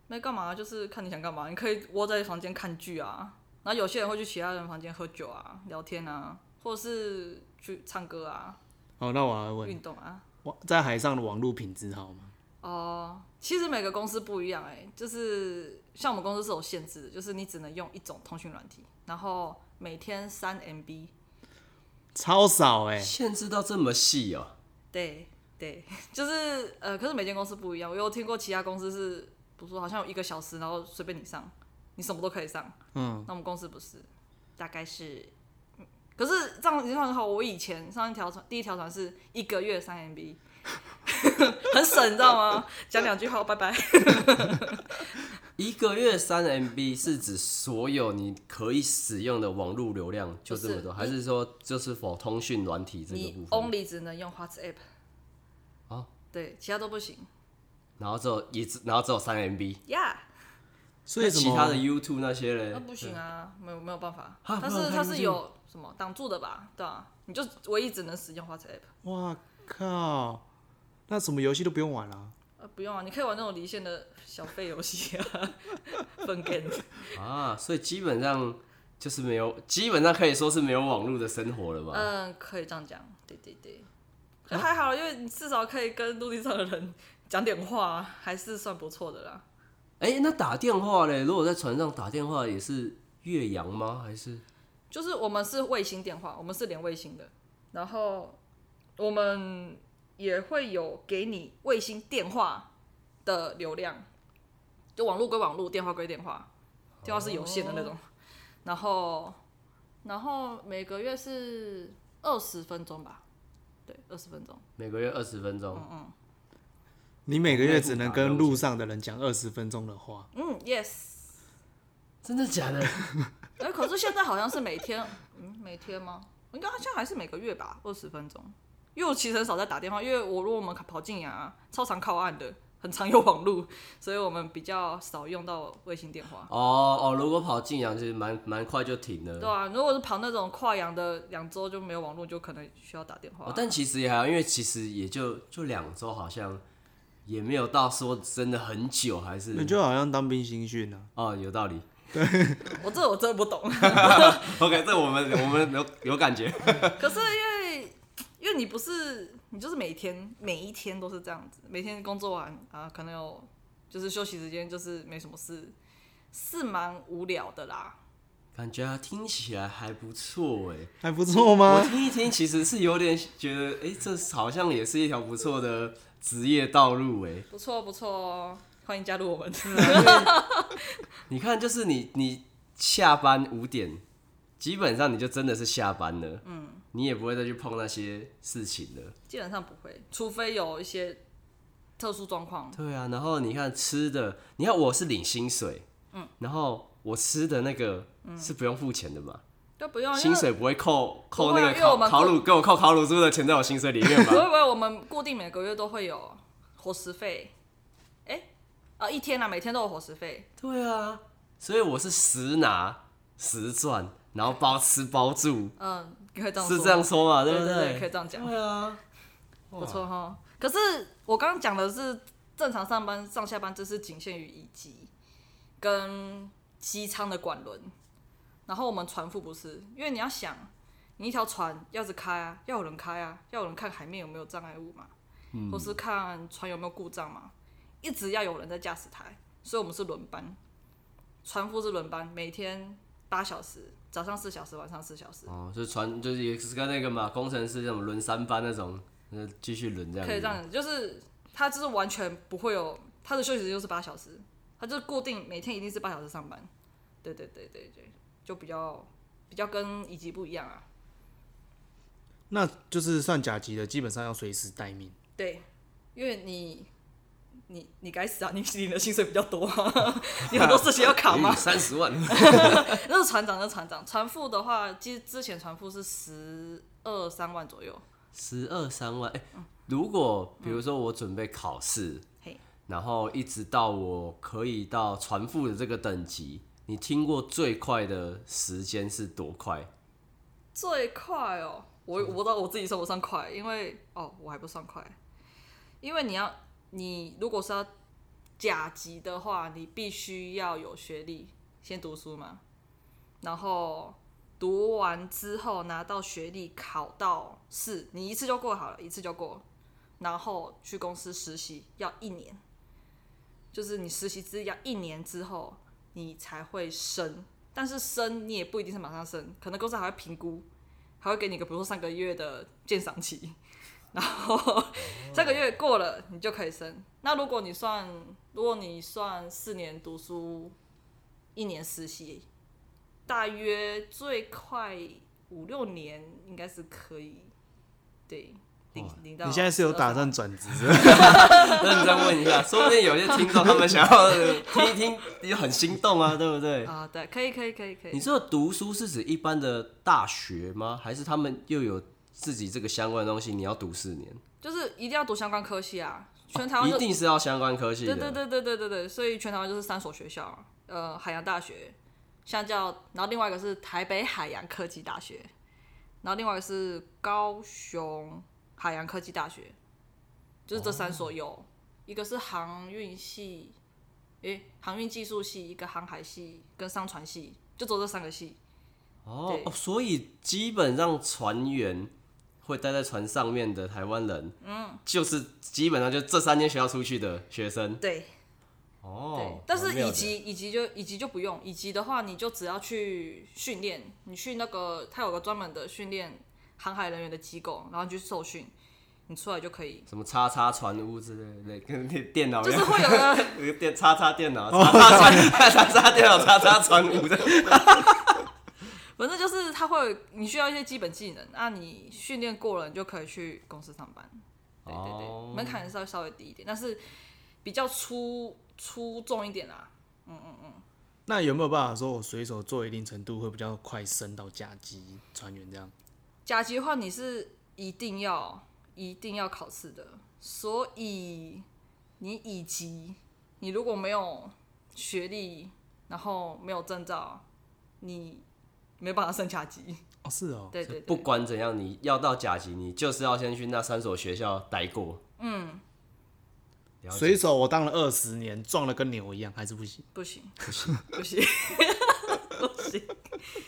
[SPEAKER 3] 那干嘛？就是看你想干嘛，你可以窝在房间看剧啊。然后有些人会去其他人房间喝酒啊、聊天啊，或者是去唱歌啊、
[SPEAKER 1] 哦，那我来问，
[SPEAKER 3] 运动啊。
[SPEAKER 1] 网在海上的网络品质好吗？
[SPEAKER 3] 哦、其实每个公司不一样哎、就是像我们公司是有限制的，就是你只能用一种通讯软体，然后每天三 MB。
[SPEAKER 1] 超少哎、
[SPEAKER 2] 限制到这么细哦、
[SPEAKER 3] 对对， 就是呃，可是每间公司不一样。我有听过其他公司是，不说好像有一个小时，然后随便你上，你什么都可以上。
[SPEAKER 1] 嗯，
[SPEAKER 3] 那我们公司不是，大概是，嗯可是这样情况很好。我以前上一条船，第一条船是一个月三 MB，很省，你知道吗？讲两句话，拜拜。
[SPEAKER 2] 一个月三 MB 是指所有你可以使用的网络流量就这么多，
[SPEAKER 3] 不是
[SPEAKER 2] 还是说就是否通讯软体这个
[SPEAKER 3] 你
[SPEAKER 2] 部分？
[SPEAKER 3] only 只能用 WhatsApp，
[SPEAKER 2] 哦，
[SPEAKER 3] 对，其他都不行。
[SPEAKER 2] 然后只有也只然后只有三 MB，
[SPEAKER 3] Yeah，
[SPEAKER 1] 所以什
[SPEAKER 2] 其
[SPEAKER 1] 么
[SPEAKER 2] 他的 YouTube 那些嘞
[SPEAKER 3] 那，不行啊，没有没有办法。
[SPEAKER 2] 啊
[SPEAKER 3] 但
[SPEAKER 2] 不能
[SPEAKER 3] 是
[SPEAKER 2] 看
[SPEAKER 3] 它是
[SPEAKER 2] YouTube
[SPEAKER 3] 有什么挡住的吧？对啊，你就唯一只能使用 WhatsApp。
[SPEAKER 1] 哇靠，那什么游戏都不用玩啦、
[SPEAKER 3] 呃，不用啊，你可以玩那种离线的小费游戏啊， 分 game。
[SPEAKER 2] 啊，所以基本上就是没有，基本上可以说是没有网络的生活了吧？
[SPEAKER 3] 嗯，可以这样讲，对对对，可还好，因为你至少可以跟陆地上的人讲点话、啊，还是算不错的啦。
[SPEAKER 2] 哎、那打电话嘞？如果在船上打电话也是岳阳吗？还是
[SPEAKER 3] 就是我们是卫星电话，我们是连卫星的，然后我们也会有给你卫星电话的流量，就网络归网络，电话归电话，电话是有线的那种。然后，然后每个月是二十分钟吧，对，二十分钟。
[SPEAKER 2] 每个月二十分钟？
[SPEAKER 1] 你每个月只能跟路上的人讲二十分钟的话，
[SPEAKER 3] 嗯，yes。
[SPEAKER 2] 真的假的？
[SPEAKER 3] 哎、可是现在好像是每天，嗯，每天吗？应该好像还是每个月吧，二十分钟。因为我其实很少在打电话，因为我如果我们跑近洋、啊，超常靠岸的，很常有网路，所以我们比较少用到卫星电话。
[SPEAKER 2] 哦哦，如果跑晋阳其实蛮蛮快就停了。
[SPEAKER 3] 对啊，如果是跑那种跨洋的，两周就没有网络，就可能需要打电话。
[SPEAKER 2] 哦，但其实也还好，因为其实也就就两周，好像也没有到说真的很久，还是
[SPEAKER 1] 你就好像当兵新训啊。
[SPEAKER 2] 哦有 道理。
[SPEAKER 3] 我这我真的不懂。
[SPEAKER 2] OK，这我们我们有有感觉。
[SPEAKER 3] 可是因为为你不是你就是每天每一天都是这样子，每天工作完啊，可能有就是休息时间，就是没什么事，是蛮无聊的啦。
[SPEAKER 2] 感觉啊，听起来还不错哎。
[SPEAKER 1] 还不错吗
[SPEAKER 2] 我？听一听，其实是有点觉得，哎、这好像也是一条不错的职业道路哎。
[SPEAKER 3] 不错不错哦，欢迎加入我们。
[SPEAKER 2] 你看，就是你你下班五点，基本上你就真的是下班了，嗯，你也不会再去碰那些事情了。
[SPEAKER 3] 基本上不会，除非有一些特殊状况。
[SPEAKER 2] 对啊，然后你看吃的，你看我是领薪水，嗯，然后我吃的那个是不用付钱的嘛，
[SPEAKER 3] 就不嗯啊用，因
[SPEAKER 2] 薪
[SPEAKER 3] 为
[SPEAKER 2] 水不会扣
[SPEAKER 3] 不会
[SPEAKER 2] 扣那
[SPEAKER 3] 啊
[SPEAKER 2] 个
[SPEAKER 3] 因为我
[SPEAKER 2] 烤
[SPEAKER 3] 们
[SPEAKER 2] 烤乳给我扣烤乳猪的钱在我薪水里面
[SPEAKER 3] 不会
[SPEAKER 2] 吧？
[SPEAKER 3] 不会，我们固定每个月都会有伙食费。哎、啊、一天啊，每天都有伙食费。
[SPEAKER 2] 对啊，所以我是实拿实赚，然后包吃包住，
[SPEAKER 3] 嗯，你可以这样说
[SPEAKER 2] 是这样说嘛？不
[SPEAKER 3] 对对对可以这样讲
[SPEAKER 2] 对啊，
[SPEAKER 3] 不错哈。可是我刚刚讲的是正常上班上下班，这是仅限于乙级跟机舱的管轮。然后我们船副不是，因为你要想，你一条船要是开啊，要有人开啊，要有人看海面有没有障碍物嘛，或是看船有没有故障嘛，一直要有人在驾驶台，所以我们是轮班，船副是轮班，每天八小时，早上四小时，晚上四小时，
[SPEAKER 2] 哦，就传就是也是跟那个嘛，工程师那种轮三班那种，呃，继续轮这样子。哎
[SPEAKER 3] 可以这样子，就是他就是完全不会有他的休息时间就是八小时，他就是固定每天一定是八小时上班。对对对对对，就比较比较跟乙级不一样啊。
[SPEAKER 1] 那就是算甲级的，基本上要随时待命。
[SPEAKER 3] 对，因为你你你该死啊，你你的薪水比较多、啊，你很多事情要扛嘛。
[SPEAKER 2] 三十万，
[SPEAKER 3] 那是船长，那是船长，船副的话，其实之前船副是十二三万左右。
[SPEAKER 2] 十二三万。哎、如果比如说我准备考试，
[SPEAKER 3] 嗯嘿，
[SPEAKER 2] 然后一直到我可以到船副的这个等级，你听过最快的时间是多快？
[SPEAKER 3] 最快哦，我我不知道我自己算不算快，因为哦我还不算快，因为你要你如果是要甲级的话，你必须要有学历，先读书嘛，然后读完之后拿到学历，考到试，你一次就过好了，一次就过，然后去公司实习要一年，就是你实习资要一年之后你才会升，但是升你也不一定是马上升，可能公司还会评估，还会给你个比如说三个月的鉴赏期，然后 三个月过了你就可以升。那如果你算，如果你算四年读书，一年实习，大约最快五六年应该是可以，对，啊领领到。
[SPEAKER 1] 你现在是有打算转职是吧？
[SPEAKER 2] 认真问一 下，说不定有些听众他们想要呃听一听，也很心动啊，对不对？
[SPEAKER 3] 啊、对，可以，可以，可以，可
[SPEAKER 2] 你
[SPEAKER 3] 以。
[SPEAKER 2] 这个读书是指一般的大学吗？还是他们又有自己这个相关的东西？你要读四年，
[SPEAKER 3] 就是一定要读相关科系啊，全台湾
[SPEAKER 2] 一
[SPEAKER 3] 就
[SPEAKER 2] 定是要相关科系的。
[SPEAKER 3] 对对对对对对对，所以全台湾就是三所学校，呃，海洋大学、相较，然后另外一个是台北海洋科技大学，然后另外一个是高雄海洋科技大学，就是这三所有，一个是航运系，诶、航运技术系，一个航海系跟商船系，就走这三个系。
[SPEAKER 2] 哦
[SPEAKER 3] 对
[SPEAKER 2] 哦，所以基本上船员会待在船上面的台湾人，嗯，就是基本上就这三间学校出去的学生。
[SPEAKER 3] 对，对
[SPEAKER 2] 哦，，
[SPEAKER 3] 但是
[SPEAKER 2] 蛮妙
[SPEAKER 3] 乙
[SPEAKER 2] 的
[SPEAKER 3] 级乙级就乙级就不用，乙级的话你就只要去训练，你去那个它有个专门的训练航海人员的机构，然后你去受训，你出来就可 以，
[SPEAKER 2] 什么叉叉船屋之类的，跟电电脑一
[SPEAKER 3] 就是
[SPEAKER 2] 样，
[SPEAKER 3] 会有个
[SPEAKER 2] 有个电叉叉电脑，叉叉船，叉叉电脑，叉叉船屋的。
[SPEAKER 3] 反正就是它会有你需要一些基本技能，那你训练过了，你就可以去公司上班。对对对，
[SPEAKER 2] 哦
[SPEAKER 3] 门槛稍微稍微低一点，但是比较出出众一点啦。
[SPEAKER 1] 那有没有办法说我随手做一定程度会比较快升到甲级船员这样？
[SPEAKER 3] 甲级的话，你是一定要一定要考试的，所以你乙级，你如果没有学历，然后没有证照，你没办法升甲级。
[SPEAKER 1] 哦，是哦，
[SPEAKER 3] 对对
[SPEAKER 2] 不
[SPEAKER 3] 对，
[SPEAKER 2] 管怎样，你要到甲级，你就是要先去那三所学校待过。嗯，所以
[SPEAKER 1] 随手我当了二十年，撞的跟牛一样，还是不行。
[SPEAKER 3] 不行
[SPEAKER 2] 不行。
[SPEAKER 3] 不行，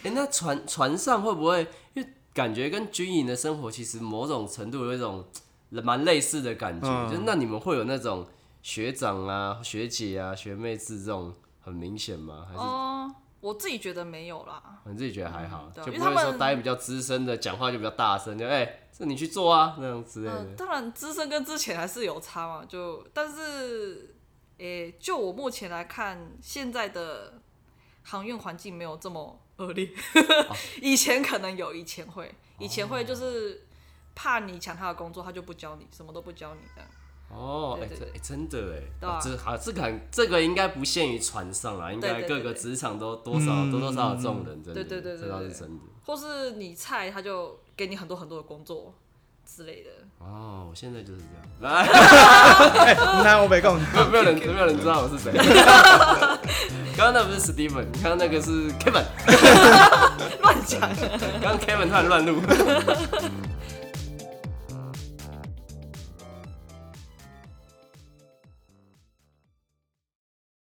[SPEAKER 2] 哎、那船船上会不会？因为感觉跟军营的生活其实某种程度有一种蛮类似的感觉，
[SPEAKER 1] 嗯
[SPEAKER 2] 就是那你们会有那种学长啊、学姐啊、学妹制这种很明显吗？还是
[SPEAKER 3] 哦、我自己觉得没有啦。
[SPEAKER 2] 你自己觉得还好，
[SPEAKER 3] 嗯对
[SPEAKER 2] 就
[SPEAKER 3] 因
[SPEAKER 2] 不
[SPEAKER 3] 为他
[SPEAKER 2] 会说
[SPEAKER 3] 们
[SPEAKER 2] 待比较资深的讲话就比较大声，就哎、这你去做啊那样之类
[SPEAKER 3] 嗯、
[SPEAKER 2] 的。
[SPEAKER 3] 当然资深跟之前还是有差嘛，就但是，诶、就我目前来看，现在的航运环境没有这么恶劣。
[SPEAKER 2] 哦
[SPEAKER 3] 以前可能有，以前会，以前会就是怕你抢他的工作，他就不教你，什么都不教你这样。
[SPEAKER 2] 哦，哎、
[SPEAKER 3] 对对
[SPEAKER 2] 这、哎真的哎、
[SPEAKER 3] 对啊
[SPEAKER 2] 哦这好，这个很这个应该不限于船上啦，应该
[SPEAKER 3] 对对
[SPEAKER 2] 各
[SPEAKER 3] 对
[SPEAKER 2] 个
[SPEAKER 3] 对
[SPEAKER 2] 职场都多少、
[SPEAKER 1] 嗯
[SPEAKER 2] 多多少少有这种人，真的，
[SPEAKER 3] 对对对对
[SPEAKER 2] 这倒是
[SPEAKER 3] 对
[SPEAKER 2] 真的。
[SPEAKER 3] 或是你菜，他就给你很多很多的工作之类的。
[SPEAKER 2] 哦，我现在就是这样，
[SPEAKER 1] 那我没空。
[SPEAKER 2] 没 有没有人没有人知道我是谁。 刚刚那不是 Steven，刚刚那个是 Kevin，啊
[SPEAKER 3] 乱讲。
[SPEAKER 2] 刚刚 Kevin 突然乱录。